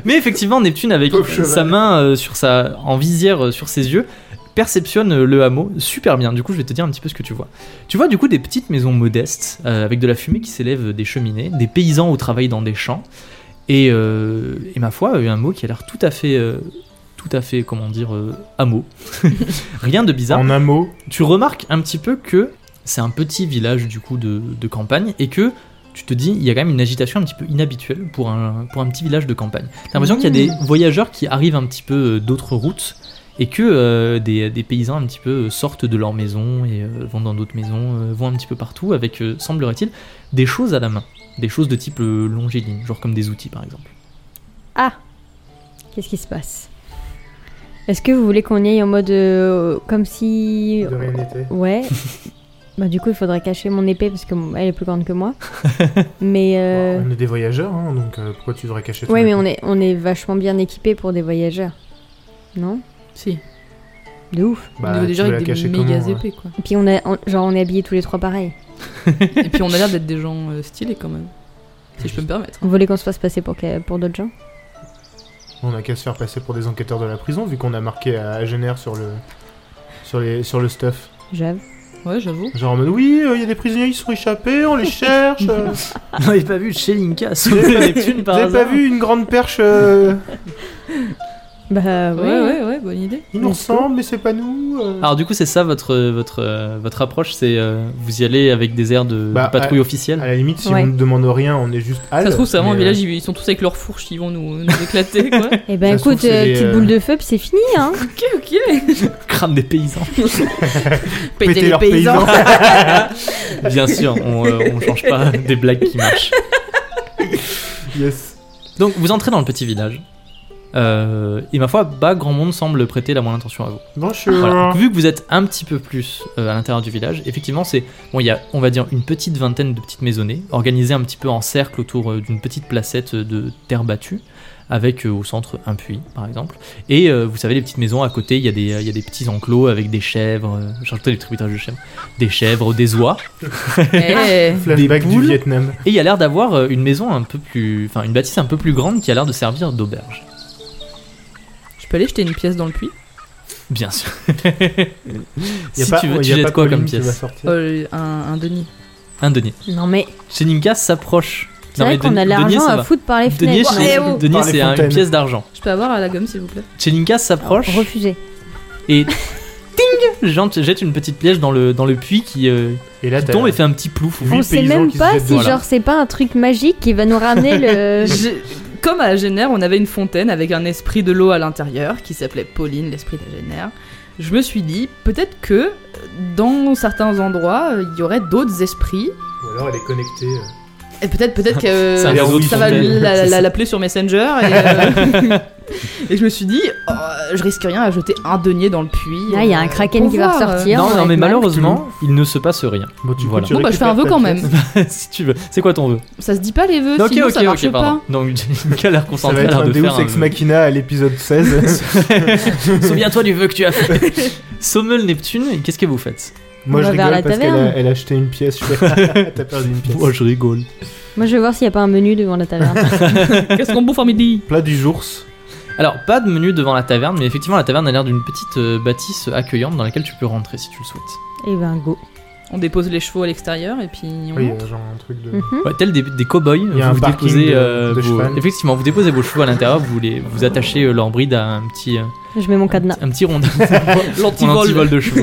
A: Mais effectivement Neptune avec
D: Pauvre cheval.
A: sa main euh, sur sa en visière euh, sur ses yeux perceptionne euh, le hameau super bien. Du coup, je vais te dire un petit peu ce que tu vois. Tu vois du coup des petites maisons modestes euh, avec de la fumée qui s'élève des cheminées, des paysans au travail dans des champs et, euh, et ma foi un mot qui a l'air tout à fait euh, tout à fait comment dire euh, hameau. Rien de bizarre.
D: En un mot,
A: Tu remarques un petit peu que c'est un petit village du coup de, de campagne et que tu te dis il y a quand même une agitation un petit peu inhabituelle pour un, pour un petit village de campagne. T'as l'impression qu'il y a des voyageurs qui arrivent un petit peu euh, d'autres routes et que euh, des, des paysans un petit peu euh, sortent de leur maison et euh, vont dans d'autres maisons, euh, vont un petit peu partout avec, euh, semblerait-il, des choses à la main. Des choses de type euh, longéline, genre comme des outils par exemple.
B: Qu'est-ce qui se passe Est-ce que vous voulez qu'on y aille en mode. euh, comme si.
D: de
C: Euh.
D: rien n'était.
B: Ouais. bah, du coup, il faudrait cacher mon épée parce qu'elle est plus grande que moi. mais. euh,
D: Bon, on est des voyageurs, hein, donc euh, pourquoi tu devrais cacher ton
B: ouais, mais
D: époux
B: on est, on est vachement bien équipés pour des voyageurs. Non
C: Si,
B: De ouf.
C: on est
D: Bah, tu
C: déjà
D: veux la
C: avec des
D: cacher
C: méga
D: comment hein
C: épées, quoi.
B: Et puis, on a, on- genre, on est habillés tous les trois pareil.
C: Et puis on a l'air d'être des gens euh, stylés quand même. Si je peux me permettre.
B: Vous voulez qu'on se fasse passer pour, que- pour d'autres gens
D: On a qu'à se faire passer pour des enquêteurs de la prison, vu qu'on a marqué à Agénère sur le... Sur, les, sur le stuff.
B: J'avoue.
C: Ouais, j'avoue.
D: Genre en mode, oui, euh, il y a des prisonniers, ils sont échappés, on les cherche. euh.
A: On n'avait pas vu Chelinka
D: Vous
A: sauver
D: avez
A: Neptune
D: pas-
A: par
D: vous avez pas vu une grande perche euh,
B: Bah,
C: Ouais,
B: ouais.
C: ouais, ouais, bonne idée.
D: Ils nous ressemblent, mais c'est pas nous. euh.
A: Alors du coup c'est ça votre votre euh, votre approche c'est euh, vous y allez avec des airs de,
D: Bah,
A: de patrouille officielle.
D: À la limite, si
B: Ouais.
D: on ne demande rien, on est juste
C: Ça se trouve, c'est vraiment un
D: mais, euh,
C: village, ils ils sont tous avec leurs fourches, ils vont nous, nous éclater, quoi.
B: Eh ben,
D: Ça se trouve,
B: écoute,
D: c'est
B: euh,
D: des,
B: petite
D: euh,
B: boule de feu, puis c'est fini, hein
C: ok, ok.
A: crame des paysans.
D: Péter leurs paysans.
A: Bien sûr, on, euh, on change pas des blagues qui marchent.
D: yes.
A: Donc vous entrez dans le petit village. Euh, et ma foi, pas grand monde semble prêter la moindre attention à vous.
D: Bonjour.
A: Voilà. Donc, vu que vous êtes un petit peu plus euh, à l'intérieur du village, effectivement, c'est bon. Il y a, on va dire, une petite vingtaine de petites maisonnées organisées un petit peu en cercle autour euh, d'une petite placette euh, de terre battue, avec euh, au centre un puits, par exemple. Et euh, vous savez, les petites maisons à côté, il y a des, euh, il y a des petits enclos avec des chèvres. Euh, J'ai entendu les tributages de chèvres, des chèvres, des oies.
C: Eh,
D: Flashback
A: Des
D: du
A: poules.
D: Vietnam.
A: Et il y a l'air d'avoir euh, une maison un peu plus, enfin une bâtisse un peu plus grande qui a l'air de servir d'auberge.
C: Je peux aller jeter une pièce dans le puits
A: Bien sûr.
D: Y a
A: si
D: pas-
A: tu veux,
D: y a
A: tu
D: pas
A: jettes quoi
D: Colline
A: comme
D: qui va
A: pièce
D: sortir.
C: Euh, un, un denier.
A: Un denier.
B: Non mais
A: Sheninka s'approche.
B: c'est
A: Non, mais
B: vrai qu'on
A: deni-
B: a de
A: denier,
B: l'argent
A: ça
B: à
A: va.
B: foutre par les
A: Denier,
B: fenêtres.
A: c'est-
C: Ouais, oh.
A: denier,
D: Par les
A: c'est un- une
D: fontaines.
A: pièce d'argent.
C: Je peux avoir à la gomme, s'il vous plaît
A: Chelinka s'approche
B: Refusé.
A: et ting jante- jette une petite piège dans le, dans le puits qui, euh,
D: Et là,
A: qui
D: Ah, t'as
A: tombe et fait un petit plouf.
D: Huit
B: On sait
D: paysans
B: même
D: qui se
B: pas
D: jettent
B: si
D: dedans.
B: genre c'est pas un truc magique qui va nous ramener le.
C: J'ai- Comme à Agener, on avait une fontaine avec un esprit de l'eau à l'intérieur qui s'appelait Pauline, l'esprit d'Agener. Je me suis dit, peut-être que euh, dans certains endroits, euh, il y aurait d'autres esprits.
D: Ou alors elle est connectée. euh.
C: Et peut-être peut-être que euh,
A: C'est un
D: réseau de
C: ça va
A: fontaines.
C: l- la-
A: C'est ça.
C: la- l'appeler sur Messenger. Et, euh, et je me suis dit, oh, je risque rien à jeter un denier dans le puits.
B: Là, il y a
C: euh,
B: un kraken
C: pour
B: qui va
C: voir, euh.
B: ressortir.
A: Non,
B: on
A: non,
B: va
A: mais
B: être mal.
A: malheureusement, il ne se passe rien.
D: Bon, du coup,
A: Voilà.
D: tu
C: Bon, bah, je fais un vœu
D: récupères
C: quand
D: ta
C: même.
D: pièce.
A: si tu veux. C'est quoi ton vœu
C: Ça se dit pas les vœux,
A: Ok,
C: sinon
A: ok,
C: ça marche
A: ok,
C: pas.
A: pardon. Donc, Chelinka a l'air
D: Ça va
A: concentrée, a
D: être
A: l'air
D: un
A: de
D: Deus
A: faire un
D: Ex
A: vœu.
D: Machina à l'épisode 16.
A: Souviens-toi du vœu que tu as fait. Sommeul Neptune, qu'est-ce que vous faites
D: Moi,
B: On
D: je
B: va vers
D: rigole
B: la
D: parce qu'elle
B: taverne.
D: a, elle a acheté une pièce. Je fais, T'as perdu une pièce.
A: je rigole.
B: Moi, je vais voir s'il n'y a pas un menu devant la taverne.
C: Qu'est-ce qu'on bouffe en midi
D: Plat du jours'e.
A: Alors, pas de menu devant la taverne, mais effectivement, la taverne a l'air d'une petite euh, bâtisse accueillante dans laquelle tu peux rentrer si tu le souhaites.
B: Et ben go.
C: On dépose les chevaux à l'extérieur et puis on
D: Oui,
C: monte.
D: euh, genre un truc de.
B: Mhm.
A: Ouais, tel des, des cow-boys,
D: Il y a
A: vous
D: un parking
A: déposez
D: de-
A: euh,
D: de
A: vos-
D: cheval.
A: effectivement, vous déposez vos chevaux à l'intérieur, vous les vous attachez euh, leur bride à un petit euh,
B: Je mets mon cadenas.
A: un petit rond
C: L'antivol.
A: vol de chevaux.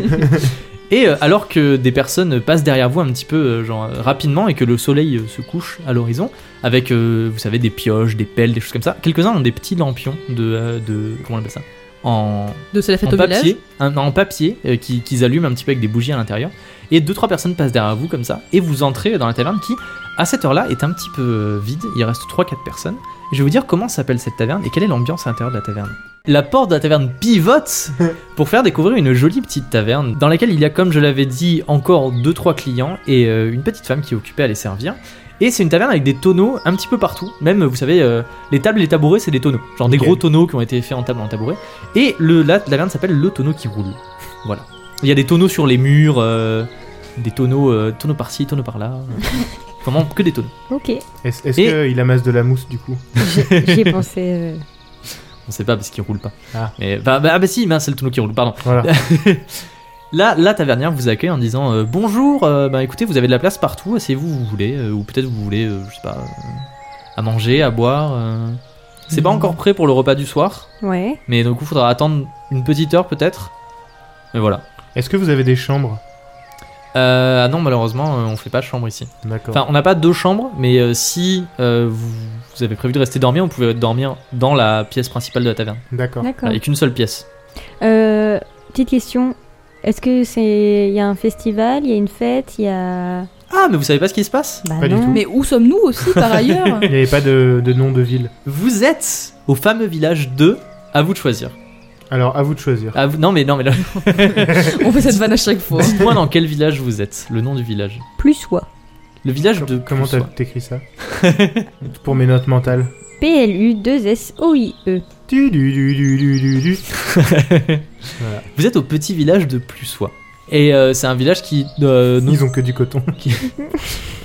A: et euh, alors que des personnes passent derrière vous un petit peu euh, genre euh, rapidement et que le soleil euh, se couche à l'horizon avec euh, vous savez des pioches, des pelles, des choses comme ça. Quelques-uns ont des petits lampions de euh, de comment on appelle ça en
C: De c'est la fête
A: en
C: au village.
A: papier, un- en papier euh, qui- qu'ils allument un petit peu avec des bougies à l'intérieur. Et deux trois personnes passent derrière vous comme ça et vous entrez dans la taverne qui à cette heure-là est un petit peu euh, vide. Il reste trois quatre personnes. Et je vais vous dire comment s'appelle cette taverne et quelle est l'ambiance à l'intérieur de la taverne. La porte de la taverne pivote pour faire découvrir une jolie petite taverne dans laquelle il y a, comme je l'avais dit, encore deux trois clients et euh, une petite femme qui est occupée à les servir. Et c'est une taverne avec des tonneaux un petit peu partout. Même, vous savez, euh, les tables et les tabourets, c'est des tonneaux. Genre des
D: Ok.
A: gros tonneaux qui ont été faits en table et en tabouret. Et le, la, la taverne s'appelle le tonneau qui roule. Voilà. Il y a des tonneaux sur les murs, euh, des tonneaux, euh, tonneaux par-ci, tonneaux par-là. Vraiment que des tonneaux.
B: Ok.
D: Est-ce est-ce
A: Et-
D: qu'il amasse de la mousse du coup
B: J'y ai pensé. euh,
A: On sait pas parce qu'ils roulent pas.
D: Ah.
A: Mais, bah, bah, ah bah si, mince, c'est le tonneau qui roule, pardon.
D: Voilà.
A: Là, la tavernière vous accueille en disant euh, bonjour. euh, bah écoutez, vous avez de la place partout. Asseyez-vous, où vous voulez, euh, ou peut-être vous voulez, euh, je sais pas, euh, à manger, à boire. euh. C'est pas
D: Mhm.
A: encore prêt pour le repas du soir,
B: Ouais.
A: mais donc il faudra attendre une petite heure peut-être. Mais voilà.
D: Est-ce que vous avez des chambres
A: Euh, ah non, malheureusement, euh, on fait pas de chambre ici.
D: D'accord.
A: Enfin, on n'a pas deux chambres, mais euh, si euh, vous, vous avez prévu de rester dormir, on pouvait dormir dans la pièce principale de la taverne.
D: D'accord.
B: D'accord.
A: Avec une seule pièce.
B: Euh, petite question. Est-ce que c'est il y a un festival, il y a une fête, il y a
A: Ah, mais vous savez pas ce qui se passe
B: bah
D: Pas du tout.
C: Mais où sommes-nous aussi par ailleurs
D: Il n'y avait pas de, de nom de ville.
A: Vous êtes au fameux village de. À vous de choisir.
D: Alors, à vous de choisir.
A: À Ah, vous- Non, mais non, mais là,
C: On fait cette vanne à chaque fois.
A: dites-moi dans quel village vous êtes, le nom du village.
B: Plus soi.
A: Le village de.
D: Comment t'as-
A: Poussois.
D: t'écris ça Pour mes notes mentales.
B: P L U 2 S O I E.
D: Du, du, du, du, du, du, du. Voilà.
A: Vous êtes au petit village de Plussois. Et euh, c'est un village qui, euh, nous-
D: Ils ont que du coton.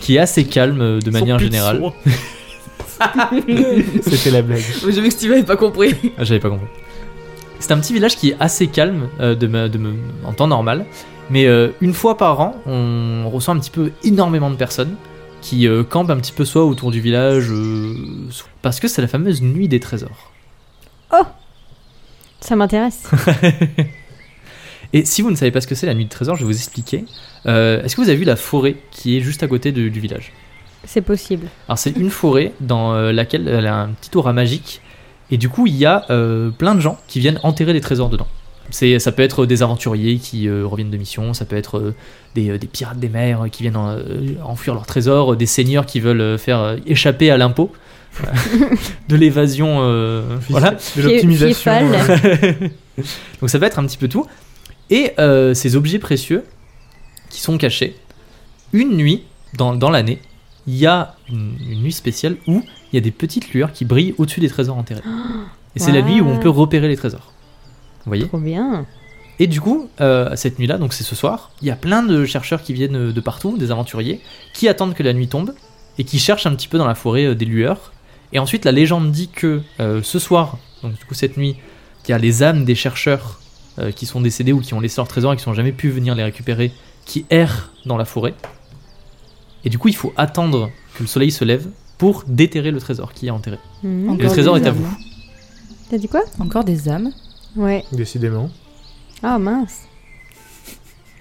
A: qui est assez calme euh, de manière
D: Ils sont plus
A: générale.
D: sourds. C'était la blague.
C: J'ai vu que Steve avait pas compris.
A: Ah, J'avais pas compris. C'est un petit village qui est assez calme euh, de me- de me- en temps normal, mais euh, une fois par an, on reçoit un petit peu énormément de personnes qui euh, campent un petit peu soit autour du village, euh, soit- parce que c'est la fameuse nuit des trésors.
B: Ça m'intéresse.
A: Et si vous ne savez pas ce que c'est la nuit des trésors, je vais vous expliquer. Euh, Est-ce que vous avez vu la forêt qui est juste à côté de- du village
B: c'est possible.
A: Alors c'est une forêt dans euh, laquelle elle a un petit aura magique et du coup il y a euh, plein de gens qui viennent enterrer des trésors dedans. C'est, ça peut être des aventuriers qui euh, reviennent de mission, ça peut être euh, des, euh, des pirates des mers qui viennent euh, enfuir leurs trésors, euh, des seigneurs qui veulent euh, faire euh, échapper à l'impôt, Voilà. de l'évasion, euh, voilà.
D: De l'optimisation. euh,
B: Fier- fiefal.
A: Donc ça va être un petit peu tout. Et euh, ces objets précieux qui sont cachés, une nuit dans, dans l'année, il y a une, une nuit spéciale où il y a des petites lueurs qui brillent au-dessus des trésors enterrés. Et c'est la
B: Ouais.
A: nuit où on peut repérer les trésors. Vous voyez
B: Trop bien.
A: et du coup, euh, cette nuit-là, donc c'est ce soir, il y a plein de chercheurs qui viennent euh, de partout, des aventuriers, qui attendent que la nuit tombe et qui cherchent un petit peu dans la forêt euh, des lueurs. Et ensuite, la légende dit que euh, ce soir, donc du coup cette nuit, il y a les âmes des chercheurs euh, qui sont décédés ou qui ont laissé leurs trésors et qui n'ont jamais pu venir les récupérer, qui errent dans la forêt. Et du coup, il faut attendre que le soleil se lève pour déterrer le trésor qui est enterré.
B: Mhm.
C: Encore
A: Le trésor
C: des
A: est à
C: âmes,
A: vous.
C: hein.
B: T'as dit quoi
C: Encore des âmes.
B: Ouais.
D: Décidément.
B: Ah mince.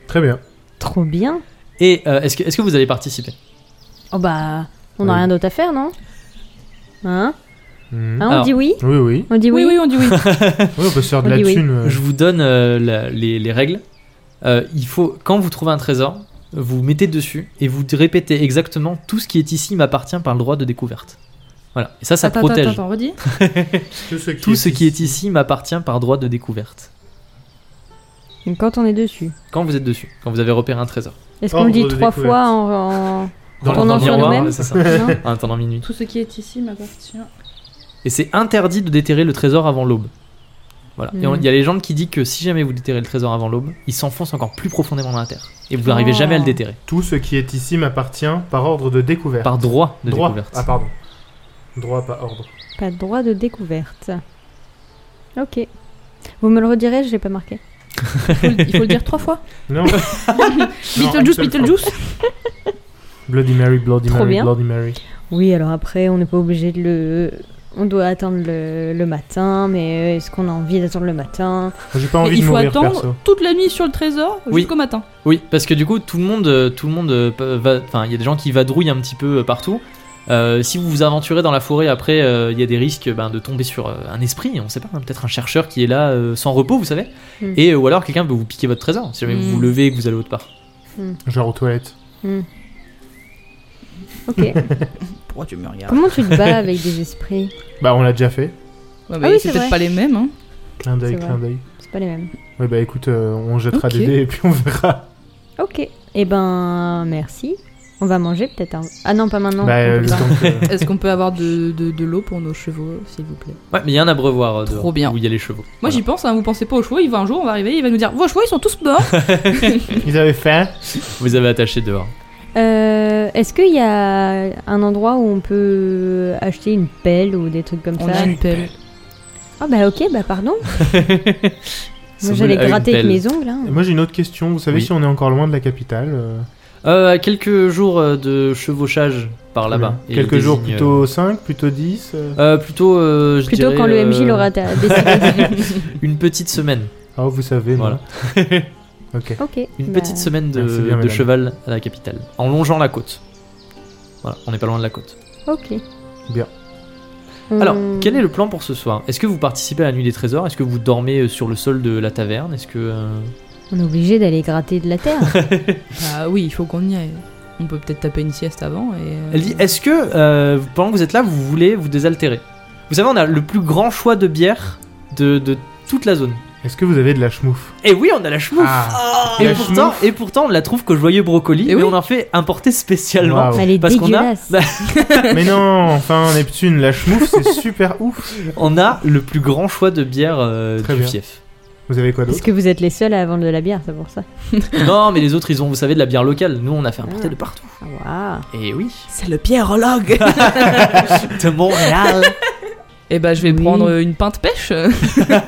D: Très bien.
B: Trop bien.
A: Et euh, est-ce que, est que vous allez participer
B: Oh bah, on n'a
D: Oui.
B: rien d'autre à faire, non Hein,
D: Mhm.
B: Hein, On
A: Alors.
B: dit oui
D: Oui, oui.
B: On dit oui,
C: Oui, oui, on dit oui.
D: Oui, on peut se faire de
B: On
D: la
B: dit oui.
D: thune. euh,
A: Je vous donne euh, la- les, les règles. Euh, il faut, quand vous trouvez un trésor, vous mettez dessus et vous répétez exactement tout ce qui est ici m'appartient par le droit de découverte. Voilà. Et ça, ça
C: attends,
A: protège.
C: attends, attends, redis.
D: Tout ce qui,
A: Tout ce qui est ici m'appartient par droit de découverte.
B: Donc, Quand on est dessus.
A: Quand vous êtes dessus, quand vous avez repéré un trésor.
B: Est-ce
D: Ordre
B: qu'on le dit
D: de
B: trois
D: découverte.
B: fois en... en-
D: Dans
B: Tournant
D: le
B: sur
D: miroir.
B: nous-mêmes.
A: c'est ça.
B: non
A: En attendant minuit.
C: Tout ce qui est ici m'appartient.
A: Et c'est interdit de déterrer le trésor avant l'aube. Voilà. Et on-
C: Mhm.
A: il y a les gens qui disent que si jamais vous déterrez le trésor avant l'aube, il s'enfonce encore plus profondément dans la terre. Et vous n'arrivez
B: Oh.
A: jamais à le déterrer.
D: Tout ce qui est ici m'appartient par ordre de découverte.
A: Par droit de
D: droit.
A: découverte.
D: Ah, pardon. Droit, pas ordre.
B: Pas de droit de découverte. Ok. Vous me le redirez, je l'ai pas marqué.
C: Il faut, le- il faut le dire trois fois.
D: Non.
C: Beetlejuice,
D: une seule
C: Beetlejuice.
D: Bloody Mary, Bloody
B: Trop
D: Mary,
B: bien.
D: Bloody Mary.
B: Oui, alors après, on n'est pas obligé de le... On doit attendre le, le matin, mais euh, est-ce qu'on a envie d'attendre le matin
D: J'ai pas
C: Mais
D: envie
C: il
D: de
C: faut
D: mourir,
C: attendre
D: perso.
C: toute la nuit sur le trésor
A: Oui.
C: jusqu'au matin.
A: Oui, parce que du coup, tout le monde, euh, tout le monde euh, peut- va. Enfin, il y a des gens qui vadrouillent un petit peu euh, partout. Euh, si vous vous aventurez dans la forêt, après, euh, il y a des risques ben, de tomber sur euh, un esprit, on sait pas, hein, peut-être un chercheur qui est là euh, sans repos, vous savez.
B: Mm.
A: Et euh, ou alors quelqu'un peut vous piquer votre trésor, si jamais vous
C: Mm.
B: Hmm.
A: vous levez et que vous allez autre part.
D: Genre aux toilettes.
B: Ok.
C: Pourquoi tu me regardes
B: Comment tu te bats avec des esprits
D: Bah, on l'a déjà fait.
B: Ah oui,
C: bah C'est
B: c'est
C: peut-être
B: vrai.
C: pas les mêmes. Hein.
D: Clin d'œil,
B: C'est vrai.
D: clin d'œil.
B: C'est pas les mêmes.
D: Ouais, bah écoute, euh, on jettera
C: Ok.
D: des dés et puis on verra.
B: Ok. Eh ben, merci. On va manger peut-être. un- Ah non, pas maintenant.
D: bah,
B: on
D: euh,
B: peut
D: le
B: pas.
D: temps que-
C: Est-ce qu'on peut avoir de, de- de l'eau pour nos chevaux, s'il vous plaît
A: Ouais, mais il y a un abreuvoir euh,
C: Trop
A: dehors,
C: bien.
A: où il y a les chevaux.
C: Moi j'y pense, hein, vous pensez pas aux chevaux, il va un jour, on va arriver, il va nous dire Vos chevaux ils sont tous morts
D: Ils avaient faim.
A: Vous avez attaché dehors.
B: Euh, Est-ce qu'il y a un endroit où on peut acheter une pelle ou des trucs comme
C: On
B: ça
C: a une pelle.
B: Ah bah ok, bah pardon. Moi
A: Semble
B: j'allais
A: à une
B: gratter avec
A: pelle.
B: mes ongles. hein.
D: Et moi j'ai une autre question. Vous savez
A: Oui.
D: si on est encore loin de la capitale euh,
A: Euh, à quelques jours euh, de chevauchage par là-bas.
D: euh,
A: Et
D: Quelques
A: il
D: jours,
A: désigne,
D: plutôt 5, plutôt 10 euh,
A: euh, euh, plutôt, euh, je
B: Plutôt
A: dirais,
B: quand le
A: euh,
B: MJ l'aura ta- décidé.
A: Une petite semaine.
D: Ah, vous savez, moi.
A: Voilà.
D: Ok.
B: ok.
A: Une
B: bah,
A: petite semaine de,
D: Merci bien,
A: de
D: madame.
A: cheval à la capitale, en longeant la côte. Voilà, on n'est pas loin de la côte.
B: Ok. Euh,
D: Bien.
A: Alors,
C: Hmm.
A: quel est le plan pour ce soir Est-ce que vous participez à la nuit des trésors Est-ce que vous dormez euh, sur le sol de la taverne Est-ce que euh,
B: On est obligé d'aller gratter de la terre.
C: Bah oui, il faut qu'on y aille. On peut peut-être taper une sieste avant et. euh,
A: elle dit Est-ce que euh, pendant que vous êtes là, vous voulez vous désaltérer Vous savez, on a le plus grand choix de bière de, de toute la zone.
D: Est-ce que vous avez de la schmouf
A: Et oui, on a la chmouf
D: Ah,
A: et
D: la
A: pourtant, et pourtant, on la trouve qu'au joyeux brocoli,
C: Et
A: mais
C: oui.
A: on en fait importer spécialement.
D: Waouh.
B: Elle est
A: Ah Parce qu'on a,
B: dégueulasse.
A: bah,
D: Mais non, enfin Neptune, la schmouf c'est super ouf.
A: on a le plus grand choix de bière euh,
D: Très
A: du
D: bien.
A: fief.
D: Vous avez quoi
B: Parce
D: d'autre
B: que vous êtes les seuls à vendre de la bière, c'est pour ça.
A: non, mais les autres, ils ont, vous savez, de la bière locale. Nous, on a fait importer
B: Ah.
A: de partout.
B: Ah,
A: Et Mm. Eh oui.
C: C'est le pierrologue
A: De Montréal.
C: Eh bah je vais
B: Oui.
C: prendre une pinte pêche Bah,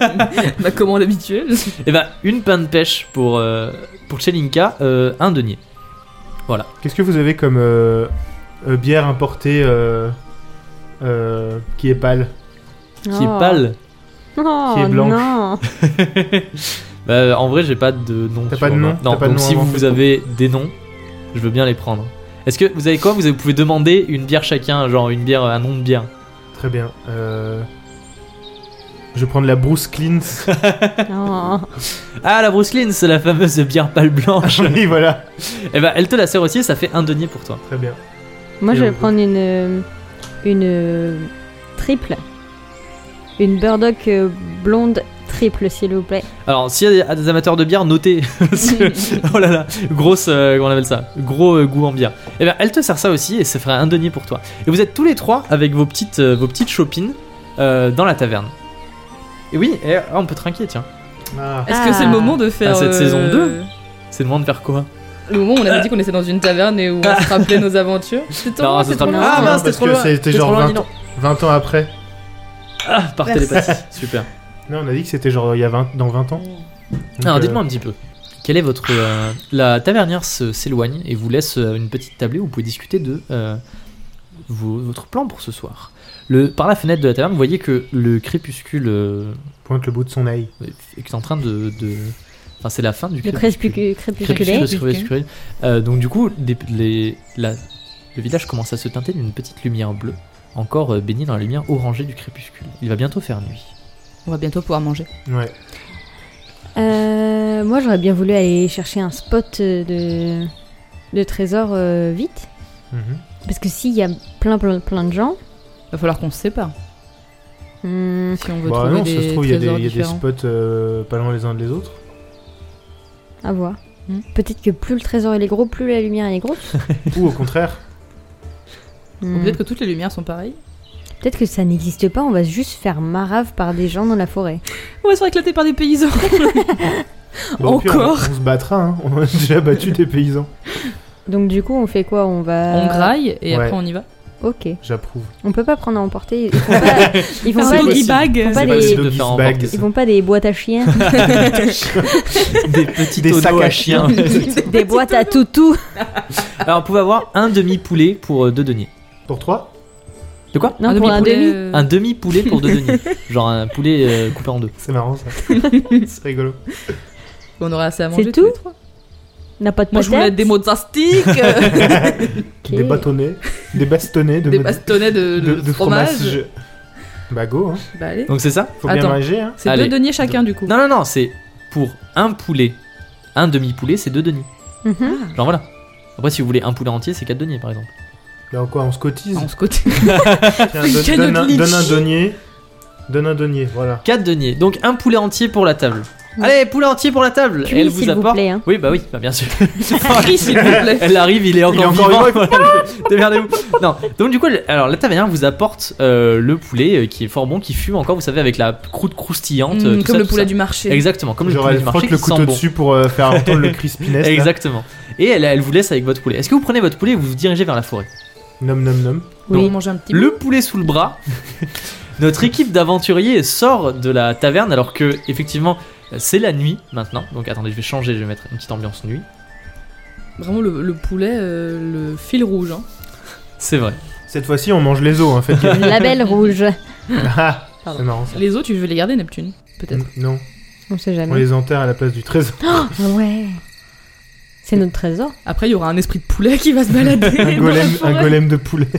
C: Ma commande habituelle
A: Et ben, une pain de pêche pour, euh, pour Chelinka, euh, un denier.
D: Qu'est-ce que vous avez comme euh, euh, bière importée euh, euh, qui est pâle
B: wow.
A: Qui est pâle.
B: Oh,
D: Qui est blanche.
B: non.
A: Bah, en vrai, j'ai pas de nom.
D: T'as
A: sur
D: pas de
A: moi.
D: nom
A: Non,
D: T'as pas
A: donc
D: de nom
A: si
D: avant
A: vous
D: fait.
A: avez des noms, je veux bien les prendre. Est-ce que vous avez quoi Vous avez- vous pouvez demander une bière chacun, genre une bière, un nom de bière.
D: Très bien. Euh, Je vais prendre la Bruce Cleans.
B: Oh.
A: Ah, la Bruce Lynn, c'est la fameuse bière pâle blanche.
D: oui, voilà.
A: Et ben, elle te la sert aussi et ça fait un denier pour toi.
D: Très bien.
B: Moi,
D: Et
B: je vais
D: on peut-
B: prendre une, euh, une euh, triple. Une burdock euh, blonde triple, s'il vous plaît.
A: Alors, s'il y a des amateurs de bière, notez. Parce que- oh là là, grosse, euh, comment on appelle ça Gros euh, goût en bière. Et bien, elle te sert ça aussi et ça fera un denier pour toi. Et vous êtes tous les trois avec vos petites, euh, vos petites chopines euh, dans la taverne. Et oui, et, ah, on peut trinquer, tiens.
D: Ah.
C: Est-ce
B: Ah.
C: que c'est le moment de faire.
A: Ah, cette
C: euh,
A: saison deux C'est le moment de faire quoi
C: Le moment où on avait dit qu'on était dans une taverne et où on se rappelait nos aventures. C'est trop
A: Non,
C: loin,
A: ce
C: c'est
A: sera
C: trop
A: pas-
C: loin.
A: Ah
D: Non,
A: mince, t'es
D: parce
A: trop
D: que
A: loin.
D: c'était
A: T'es
D: genre
A: trop loin,
D: 20
A: dis donc.
D: 20 ans après.
A: Ah, par
B: Merci.
A: télépathie. Super.
D: Non, on a dit que c'était genre il y a 20, dans 20 ans. Donc,
A: Alors,
D: euh,
A: dites-moi un petit peu. Quelle est votre. euh, la tavernière se- s'éloigne et vous laisse euh, une petite tablée où vous pouvez discuter de euh, vos- votre plan pour ce soir. Le, par la fenêtre de la taverne, vous voyez que le crépuscule euh,
D: Pointe le bout de son œil.
A: est en train de. de- Enfin, c'est la fin du
B: Le
A: crépuscule.
B: crépuscu- crépusculaire.
A: Crépuscule, crépuscule. Euh, donc, du coup, des- les- la- le village commence à se teinter d'une petite lumière bleue, encore euh, baignée dans la lumière orangée du crépuscule. Il va bientôt faire nuit.
C: On va bientôt pouvoir manger.
D: Ouais.
B: Euh, moi, j'aurais bien voulu aller chercher un spot euh, de, de trésor euh, vite.
D: Mhm.
B: Parce que s'il y a plein, plein, plein de gens.
C: Va falloir qu'on se sépare
B: hmm,
C: si on veut
D: Bah
C: trouver
D: non,
C: des
D: ça se trouve, il y a des,
C: trésors
D: il y a des
C: différents.
D: spots euh, pas loin les uns des autres.
B: à voir.
C: Hmm.
B: Peut-être que plus le trésor il est gros, plus la lumière elle est grosse.
D: Ou au contraire.
B: Hmm.
C: Ou Peut-être que toutes les lumières sont pareilles.
B: Peut-être que ça n'existe pas, on va juste faire marave par des gens dans la forêt.
C: On va se faire éclater par des paysans.
D: bah, au pire, on-
C: Encore
D: On, se battra, hein. on a déjà battu des paysans.
B: Donc du coup, on fait quoi On va.
C: On graille et
D: Ouais.
C: après on y va.
B: Ok.
D: J'approuve.
B: On peut pas prendre à emporter. Ils font pas, ils font
C: Faire
B: pas
C: un
B: des,
C: doggy bag.
B: Faut pas
A: C'est
B: des-
A: possible de
D: Doggy's
A: faire
D: bag.
A: emporter
B: ils font pas des boîtes à chiens,
A: des petits
D: Des
A: tonneaux
D: sacs à
A: à chiens.
B: des boîtes à toutou.
A: Alors, vous pouvez avoir un demi-poulet pour euh, deux deniers.
D: Pour toi
A: De quoi
C: Ah
B: Non, pour un demi.
C: euh, Mm.
A: Un demi-poulet pour deux deniers. Genre un poulet euh, coupé en deux.
D: C'est marrant ça. C'est rigolo.
C: On aura assez à
B: C'est
C: manger
B: tout
C: tous les trois.
B: On n'a pas de
C: Moi je voulais
B: patates.
C: des mots de plastique, euh,
B: Ok.
D: Des bâtonnets, des bastonnets de,
C: des bastonnets de,
D: de-
C: de
D: de
C: fromage.
D: Bah go, hein.
C: Bah allez.
A: Donc c'est ça
D: faut bien
C: Attends.
D: manger. Hein.
C: C'est
A: Allez.
C: deux deniers chacun du coup.
A: Non, non, non, c'est pour un poulet. Un demi-poulet, c'est deux deniers.
B: Mhm.
A: Genre voilà. Après, si vous voulez un poulet entier, c'est quatre deniers par exemple.
D: Bah quoi, on se cotise.
C: On se côté.
D: Tiens,
C: Une
D: donne,
C: canne
D: donne
C: de
D: un,
C: litchi.
D: donne un denier. Donne un denier, voilà.
A: Quatre deniers. Donc un poulet entier pour la table.
B: Oui.
A: Allez, poulet entier pour la table.
B: Cuit,
A: Et elle vous
B: s'il vous
A: apporte.
B: plaît, hein.
A: Oui, bah oui, bah bien sûr.
C: Pris, s'il vous plaît.
A: Elle arrive, il est encore,
D: est encore
A: vivant.
D: vivant,
A: Voilà. Démerdez-vous. Non. Donc du coup, le- alors la tavernière vous apporte euh, le poulet euh, qui est fort bon, qui fume encore, vous savez, avec la croûte croustillante. euh,
C: Mm,
A: tout
C: Comme
A: ça,
C: le
A: tout
C: poulet
A: ça.
C: du marché.
A: Exactement, comme
D: Genre
A: le poulet
D: elle
A: du marché
D: frotte le
A: qui sent
D: couteau
A: bon.
D: dessus pour euh, faire entendre le crispiness. là.
A: Exactement. Et elle, elle vous laisse avec votre poulet. Est-ce que vous prenez votre poulet et vous vous dirigez vers la forêt
D: Nom nom nom.
C: Donc,
B: Oui.
C: on mange un petit
A: Le poulet sous le bras. Notre équipe d'aventuriers sort de la taverne alors que, effectivement, c'est la nuit maintenant. Donc attendez, je vais changer, je vais mettre une petite ambiance nuit.
C: Vraiment le, le poulet, euh, le fil rouge. Hein.
A: C'est vrai.
D: Cette fois-ci, on mange les os, hein. Faites gaffe.
B: Label rouge.
D: Ah,
C: Pardon.
D: c'est marrant ça.
C: Les autres, tu veux les garder, Neptune Peut-être.
D: Non,
B: On sait
D: on
B: jamais.
D: les enterre à la place du trésor.
B: Ah ouais. C'est notre trésor.
A: Mm.
C: Après, il y aura un esprit de poulet qui va se balader.
D: Un
C: dans la
D: golem,
C: forêt.
D: un golem de poulet.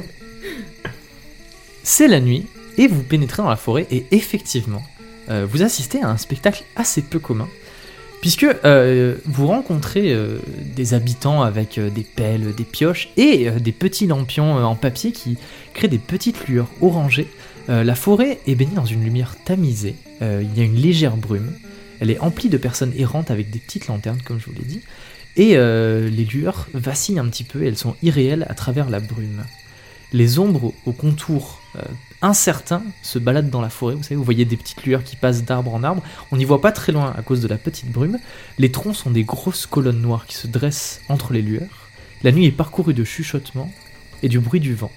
A: C'est la nuit et vous pénétrez dans la forêt et effectivement, euh, vous assistez à un spectacle assez peu commun. Puisque euh, vous rencontrez euh, des habitants avec euh, des pelles, des pioches et euh, des petits lampions euh, en papier qui créent des petites lueurs orangées. Euh, la forêt est baignée dans une lumière tamisée. Euh, il y a une légère brume. Elle est emplie de personnes errantes avec des petites lanternes, comme je vous l'ai dit. Et euh, les lueurs vacillent un petit peu. Elles sont irréelles à travers la brume. Les ombres au contour euh, incertain se balade dans la forêt. Vous savez, vous voyez des petites lueurs qui passent d'arbre en arbre. On n'y voit pas très loin à cause de la petite brume. Les troncs sont des grosses colonnes noires qui se dressent entre les lueurs. La nuit est parcourue de chuchotements et du bruit du vent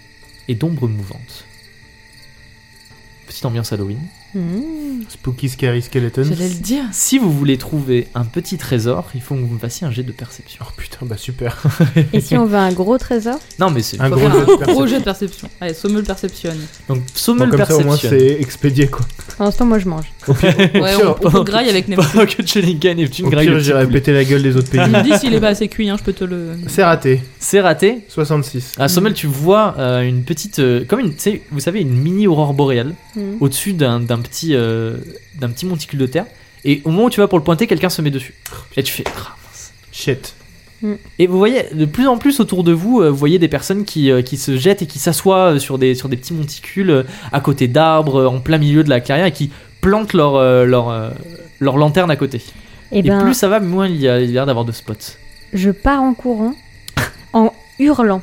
A: et d'ombres mouvantes. Petite ambiance Halloween.
B: Mhm.
D: Spooky Scary Skeletons.
C: J'allais le dire.
A: Si vous voulez trouver un petit trésor, il faut que vous me fassiez un jet de perception.
D: Oh putain, bah super.
B: Et si on veut un gros trésor
A: Non, mais c'est.
D: Un
C: Faut
D: gros
C: faire
D: jeu de
C: un
D: perception.
C: gros jet de perception. Allez, Sommel perception.
A: Donc,
D: Bon,
A: sommel
D: comme ça, au moins,
A: perception.
D: c'est expédié quoi.
B: Pendant ce temps, moi je mange.
C: Ouais, on, on peut graille avec Neptune.
A: Pendant que Jelinka et Neptune
D: Au
A: graillent
D: pire,
A: le petit
D: j'irai
A: poulet.
D: péter la gueule des autres
C: Tu
D: pays.
C: me dis s'il est pas assez cuit, hein, je peux te le.
D: C'est raté.
A: C'est raté
D: 66.
A: À Sommel, Ah, tu vois euh, une petite, euh, comme une, tu sais, vous savez, une mini aurore boréale
B: Mhm.
A: au-dessus d'un d'un petit, euh, d'un petit monticule de terre. Et au moment où tu vas pour le pointer, quelqu'un se met dessus. Et tu fais. Ah, mince.
D: Shit.
A: Et vous voyez de plus en plus autour de vous, euh, vous voyez des personnes qui, euh, qui se jettent et qui s'assoient euh, sur des, sur des petits monticules euh, à côté d'arbres, euh, en plein milieu de la clairière, et qui plantent leur, euh, leur, euh, leur lanterne à côté.
B: Et
C: Eh
A: Et,
B: ben,
A: plus ça va, moins il y a il y a l'air d'avoir de spots.
B: je pars en courant, en hurlant.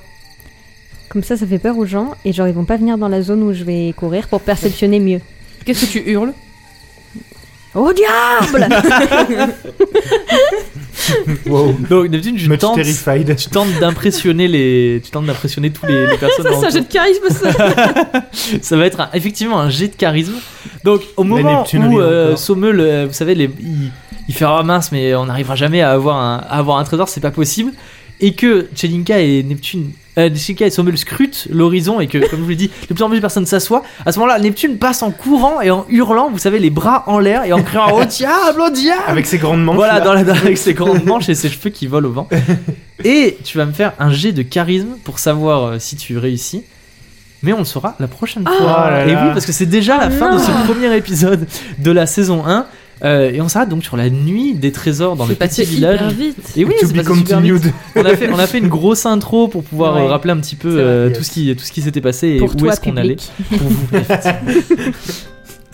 B: Comme ça, ça fait peur aux gens et genre ils vont pas venir dans la zone où je vais courir pour perceptionner mieux.
C: Qu'est-ce que tu hurles
B: Oh diable
D: Wow.
A: Donc, d'habitude, tu
D: Much
A: tentes,
D: terrified.
A: tu tentes d'impressionner les, tu tentes d'impressionner tous les, les personnes.
C: Ça,
A: alentour.
C: ça jet de charisme, ça
A: Ça va être un- effectivement un jet de charisme. Donc au
D: Mais
A: moment
D: Neptune,
A: où
D: oui,
A: euh,
D: encore.
A: Sommel, euh, vous savez, les- il, il fait ah mince, mais on n'arrivera jamais à avoir un, à avoir un trésor, c'est pas possible. Et que Chelinka et Neptune, euh, Chelinka et Sommel scrutent l'horizon et que, comme je vous l'ai dit, de plus en plus de personnes s'assoient. À ce moment-là, Neptune passe en courant et en hurlant, vous savez, les bras en l'air et en criant au diable, au diable
D: Avec ses grandes manches.
A: Voilà,
D: là.
A: dans la, dans- avec ses grandes manches et ses cheveux qui volent au vent. Et tu vas me faire un jet de charisme pour savoir euh, si tu réussis. Mais on le saura la prochaine fois.
D: Oh là
A: Et
D: là.
A: oui, parce que c'est déjà la fin de ce premier épisode de la saison 1. Euh, et on s'arrête donc sur la nuit des trésors dans le
C: C'est
A: petit
C: passé hyper
A: village.
C: vite.
A: Et oui,
D: to
A: c'est
D: be
A: passé super vite.
D: continued.
A: On a fait, on a fait une grosse intro pour pouvoir
C: Ouais.
A: euh, rappeler un petit peu
D: C'est vrai,
A: euh,
D: yes.
A: tout ce qui, tout ce qui s'était passé et
B: Pour
A: où
B: toi,
A: est-ce qu'on allait.
B: public.
A: Pour vous, effectivement.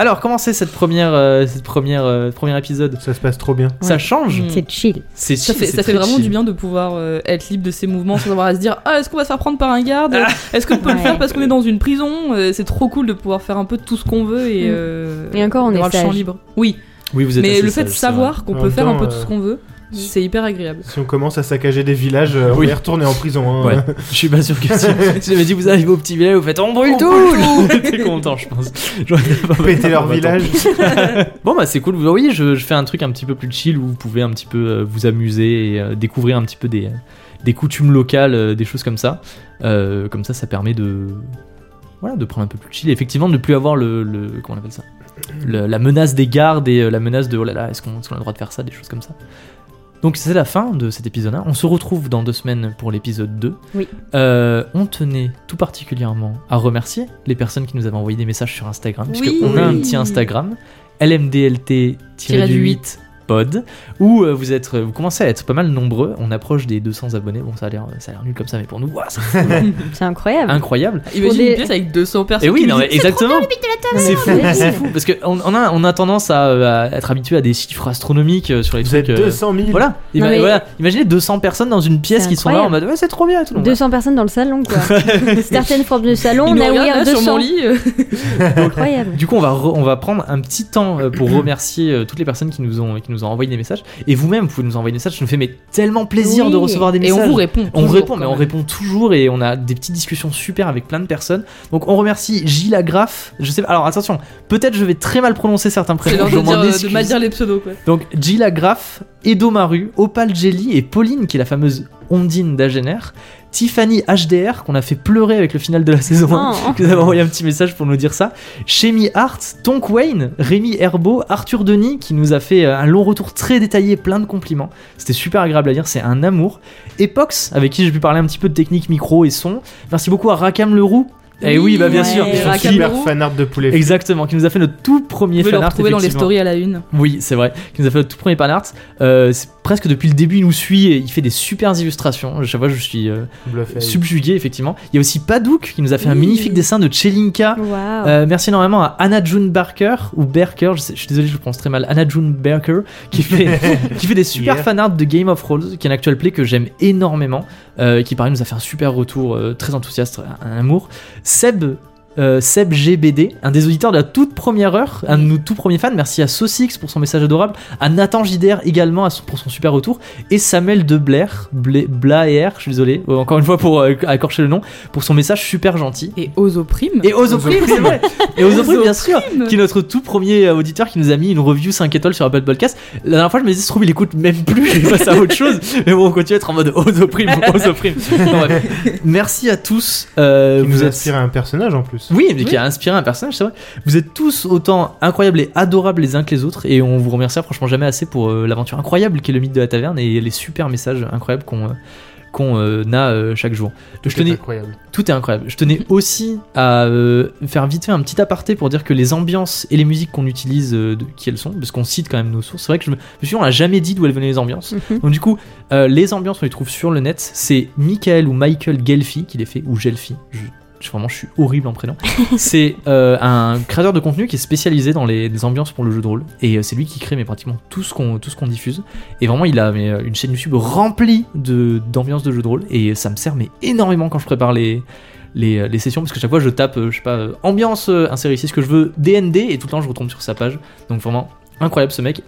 A: Alors, comment c'est cette première, euh, cette première, euh, premier épisode
D: Ça se passe trop bien.
A: Ça change.
C: Mm.
B: C'est chill.
A: C'est
C: Ça
A: chill,
C: fait,
A: c'est
C: ça fait
A: très
C: vraiment
A: chill.
C: du bien de pouvoir euh, être libre de ses mouvements sans avoir à se dire Ah, est-ce qu'on va se faire prendre par un garde
A: Ah.
C: Est-ce qu'on peut le
B: Ouais.
C: faire parce qu'on est dans une prison Euh, C'est trop cool de pouvoir faire un peu tout ce qu'on veut et.
B: Mm.
C: euh,
B: Et encore, on est
C: d'avoir le champ
B: sage.
C: libre. Oui,
A: Oui, vous êtes
C: mais
A: assez
C: le fait de
A: sage, c'est vrai.
C: savoir qu'on
D: En
C: peut
D: même
C: faire un
D: temps,
C: peu tout ce
D: euh,
C: qu'on veut,
B: Mm.
C: c'est hyper agréable.
D: Si on commence à saccager des villages, euh, on
A: Oui.
D: va y retourner en prison. hein.
A: Ouais, euh, je suis pas sûr que si, si j'avais dit vous arrivez au petit village, vous faites on brûle tout T'es content, je pense. J'aurais pas-
D: Péter leur
A: Bah, tant
D: village.
A: Bon bah c'est cool, vous voyez, je, je fais un truc un petit peu plus chill où vous pouvez un petit peu euh, vous amuser et euh, découvrir un petit peu des, euh, des coutumes locales, euh, des choses comme ça. Euh, comme ça, ça permet de voilà de prendre un peu plus chill. Et effectivement, de ne plus avoir le, le- comment on appelle ça, Le- la menace des gardes et euh, la menace de oh là là, est-ce qu'on est-ce qu'on a le droit de faire ça, des choses comme ça. Donc c'est la fin de cet épisode-là. On se retrouve dans deux semaines pour l'épisode 2.
B: Oui.
A: Euh, on tenait tout particulièrement à remercier les personnes qui nous avaient envoyé des messages sur Instagram,
C: Oui.
A: puisqu'on a un petit Instagram, lmdlt-8 pod, où euh, vous, êtes, vous commencez à être pas mal nombreux. On approche des 200 abonnés. Bon, ça a l'air euh, ça a l'air nul comme ça, mais pour nous, ouah, c'est
B: C'est incroyable.
A: incroyable.
C: Imagine
B: des-
C: une pièce avec 200 personnes.
A: Et Eh oui,
C: qui
A: non,
C: nous
A: mais
C: disent,
A: exactement.
B: Non, mais
A: C'est fou,
B: vrai.
A: c'est fou, parce qu'on on a, on a tendance à, euh, à être habitué à des chiffres astronomiques euh, sur les
D: Vous
A: trucs.
D: êtes
A: euh,
D: 200 000.
A: Voilà.
B: Non,
A: Ima-
B: mais-
A: voilà. imaginez 200 personnes dans une pièce
B: C'est
A: qui sont là en mode ouais, c'est trop bien et tout. le monde.
B: 200 personnes dans le salon, quoi. Certaines formes de salon,
C: Ils
B: on
C: nous
B: a
C: regardent,
B: ouvert
C: là, sur
B: 200.
C: mon lit. euh,
B: Incroyable.
A: Du coup, on va, re- on va prendre un petit temps euh, pour remercier euh, toutes les personnes qui nous ont, qui nous ont envoyé des messages. Et vous-même, vous pouvez nous envoyer des messages. Ça nous fait mais, tellement plaisir
B: Oui.
A: de recevoir des
C: Et
A: messages.
C: on vous répond.
A: On
C: toujours,
A: répond, mais
C: quand
A: on
C: même.
A: répond toujours et on a des petites discussions super avec plein de personnes. Donc on remercie Gilles Agraf. Je sais pas. Alors attention, peut-être je vais très mal prononcer certains
C: C'est
A: prénoms.
C: l'heure
A: je
C: de,
A: m'en
C: dire, euh, de
A: excuse.
C: mal dire les pseudos, quoi.
A: Donc Gilles Agraf, Edo Maru, Opal Jelly et Pauline, qui est la fameuse Ondine d'Agener. Tiffany HDR, qu'on a fait pleurer avec le final de la saison 1
B: Oh.
A: que vous avez envoyé un petit message pour nous dire ça. Shemi Hart, Tonk Wayne, Rémi Herbeau, Arthur Denis qui nous a fait euh, un long retour très détaillé, plein de compliments. C'était super agréable à dire, c'est un amour. Epox, avec qui j'ai pu parler un petit peu de technique micro et son. Merci beaucoup à Rakam Leroux. Eh oui,
C: Oui,
A: bah bien
B: ouais,
A: sûr.
B: Et
D: Ils sont
A: Qui-
C: Rakam
D: super
C: Leroux.
D: fanart de poulet. frit.
A: Exactement, qui nous a fait notre tout premier
C: Vous pouvez le
A: fanart.
C: retrouver dans les
A: effectivement.
C: stories à la une.
A: Oui, c'est vrai, qui nous a fait le tout premier panart. Euh, c'est presque depuis le début, il nous suit et il fait des super illustrations. À chaque fois, je suis euh,
D: Bluff,
A: subjugué, effectivement. Il y a aussi Padouk qui nous a fait un
C: Oui.
A: magnifique dessin de Chelinka.
B: Waouh.
A: Euh, merci énormément à Anna June Barker ou Berker, je, sais- je suis désolé, je le prononce très mal. Anna June Barker qui fait, qui fait des super
D: Yeah.
A: fanarts de Game of Thrones, qui est un actual play que j'aime énormément, euh, qui pareil nous a fait un super retour, euh, très enthousiaste, un, un amour. Seb. euh, Seb GBD, un des auditeurs de la toute première heure, un de nos tout premiers fans. Merci à Saucix pour son message adorable, à Nathan JDR également à son- pour son super retour, et Samuel de Blair, Bla- Blaer, je suis désolé, euh, encore une fois pour euh, accorcher le nom, pour son message super gentil.
C: Et Osoprime.
A: Et Osoprime, c'est vrai. euh, Et Osoprime, bien sûr,
C: Osoprime.
A: qui est notre tout premier euh, auditeur qui nous a mis une review 5 étoiles sur Apple Podcast. La dernière fois, je me disais, se trouve, il écoute même plus, il passe à autre chose. Mais bon, on continue à être en mode Osoprime, Osoprime. Bon, bref. Merci à tous. euh,
D: Qui nous
A: vous êtes-
D: inspire à un personnage en plus.
A: Oui, mais qui
C: Oui.
A: a inspiré un personnage, c'est vrai. Vous êtes tous autant incroyables et adorables les uns que les autres, et on vous remercie franchement jamais assez pour euh, l'aventure incroyable qu'est le mythe de la taverne et les super messages incroyables qu'on euh, qu'on euh, a euh, chaque jour.
D: Tout
A: je
D: est
A: tenais
D: incroyable.
A: tout est incroyable. Je tenais aussi à euh, faire vite fait un petit aparté pour dire que les ambiances et les musiques qu'on utilise, euh, de- qui elles sont, parce qu'on cite quand même nos sources, c'est vrai que je me, je me suis dit, on n'a jamais dit d'où elles venaient les ambiances.
B: Mhm.
A: Donc du coup, euh, les ambiances, on les trouve sur le net. C'est Michael ou Michael Gelfi qui les fait, ou Gelfi. Je, je- vraiment, je suis horrible en prénom. c'est euh, un créateur de contenu qui est spécialisé dans les, des ambiances pour le jeu de rôle. Et euh, c'est lui qui crée mais pratiquement tout ce qu'on tout ce qu'on diffuse. Et vraiment, il a mais, euh, une chaîne YouTube remplie de d'ambiances de jeu de rôle. Et euh, ça me sert mais énormément quand je prépare les les, euh, les sessions parce que chaque fois je tape euh, je sais pas euh, ambiance euh, insérer ici ce que je veux DND et tout le temps je retombe sur sa page donc vraiment incroyable ce mec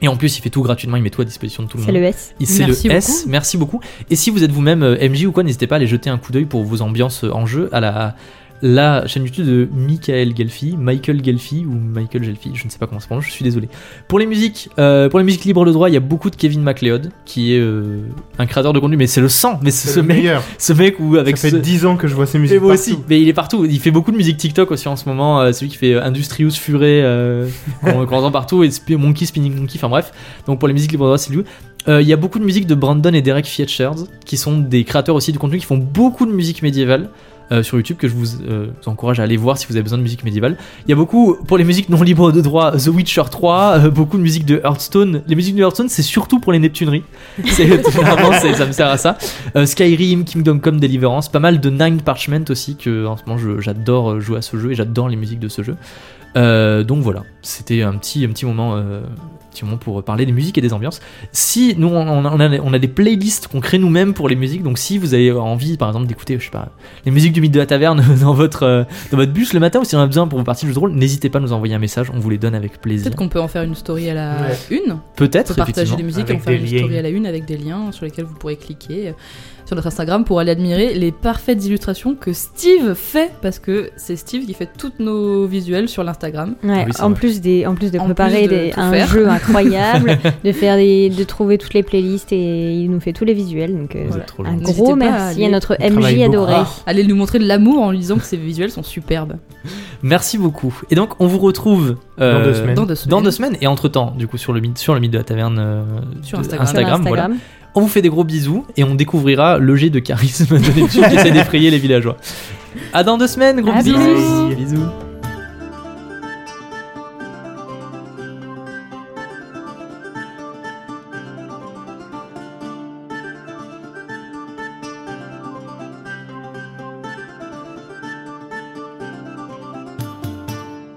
A: et en plus il fait tout gratuitement il met tout à disposition de tout le
B: C'est
A: monde
B: le S.
A: il- C'est le
C: Merci
A: S, merci beaucoup. Et si vous êtes vous-même euh, MJ ou quoi, n'hésitez pas à aller jeter un coup d'œil pour vos ambiances euh, en jeu à la la chaîne YouTube de Michael Gelfi, Michael Gelfi ou Michael Gelfi, je ne sais pas comment ça se prononce, je suis désolé. Pour les musiques, euh, pour les musiques libres de droit, il y a beaucoup de Kevin MacLeod, qui est euh, un créateur de contenu, mais c'est le sang, mais c'est
D: C'est
A: ce
D: le
A: mec,
D: meilleur.
A: ce mec où avec
D: ça
A: ce-
D: fait 10 ans que je vois ces musiques.
A: et moi
D: partout.
A: aussi, mais il est partout. Il fait beaucoup de musique TikTok aussi en ce moment. euh, celui qui fait euh, Industrious Furé, euh, qu'on qu'on entend partout, et Sp- Monkey Spinning Monkey, enfin bref. Donc pour les musiques libres de droit, c'est lui. Euh, Il y a beaucoup de musique de Brandon et Derek Fietchers, qui sont des créateurs aussi de contenu, qui font beaucoup de musique médiévale. euh, sur YouTube que je vous, euh, vous encourage à aller voir si vous avez besoin de musique médiévale. Il y a beaucoup pour les musiques non libres de droit, The Witcher 3, euh, beaucoup de musique de Hearthstone. Les musiques de Hearthstone c'est surtout pour les Neptuneries. C'est vraiment c'est- ça me sert à ça. Euh, Skyrim, Kingdom Come, Deliverance, pas mal de Nine Parchment aussi, que en ce moment je- j'adore jouer à ce jeu et j'adore les musiques de ce jeu. Euh, donc voilà, c'était un petit, un petit moment. euh, petit moment pour parler des musiques et des ambiances. Si nous on on a, on a des playlists qu'on crée nous-mêmes pour les musiques, donc si vous avez envie par exemple d'écouter, je sais pas, les musiques du mythe de la taverne dans votre euh, dans votre bus le matin ou si on en a besoin pour vos parties de jeux de rôle, n'hésitez pas à nous envoyer un message, on vous les donne avec plaisir.
C: Peut-être qu'on peut en faire une story à la
D: Ouais.
C: une. On peut
A: Peut-être
C: partager
A: effectivement.
C: des musiques et en
D: Avec
C: faire
D: des
C: une story
D: liens.
C: à la une avec des liens sur lesquels vous pourrez cliquer euh, sur notre Instagram pour aller admirer les parfaites illustrations que Steve fait parce que c'est Steve qui fait toutes nos visuels sur l'Instagram.
B: Ouais,
A: oui, c'est
B: en,
A: vrai.
B: plus des, en plus de
C: En
B: préparer
C: plus de
B: des-
C: tout
B: un
C: faire.
B: jeu incroyable, de, faire des, de trouver toutes les playlists et il nous fait tous les visuels. Donc, euh,
A: Vous
C: Voilà.
A: êtes trop
B: un
A: gentils.
C: N'hésitez pas
B: gros
C: à
B: merci à,
C: aller-
B: notre
D: Il travaille
B: MJ
D: beaucoup.
B: adoré.
D: Ah.
C: Allez nous montrer de l'amour en lui disant que ses visuels sont superbes.
A: Merci beaucoup. Et donc on vous retrouve euh,
D: Dans deux semaines.
C: Dans deux semaines.
A: dans deux semaines et entre temps du coup sur le mythe sur le mythe de la taverne euh,
C: Sur
A: de-
C: Instagram.
B: Sur
A: voilà
B: Instagram.
A: on vous fait des gros bisous et on découvrira le jet de charisme de Neptune qui essaie d'effrayer les villageois à dans deux semaines gros
B: À
A: bisous
B: bisous.
A: bisous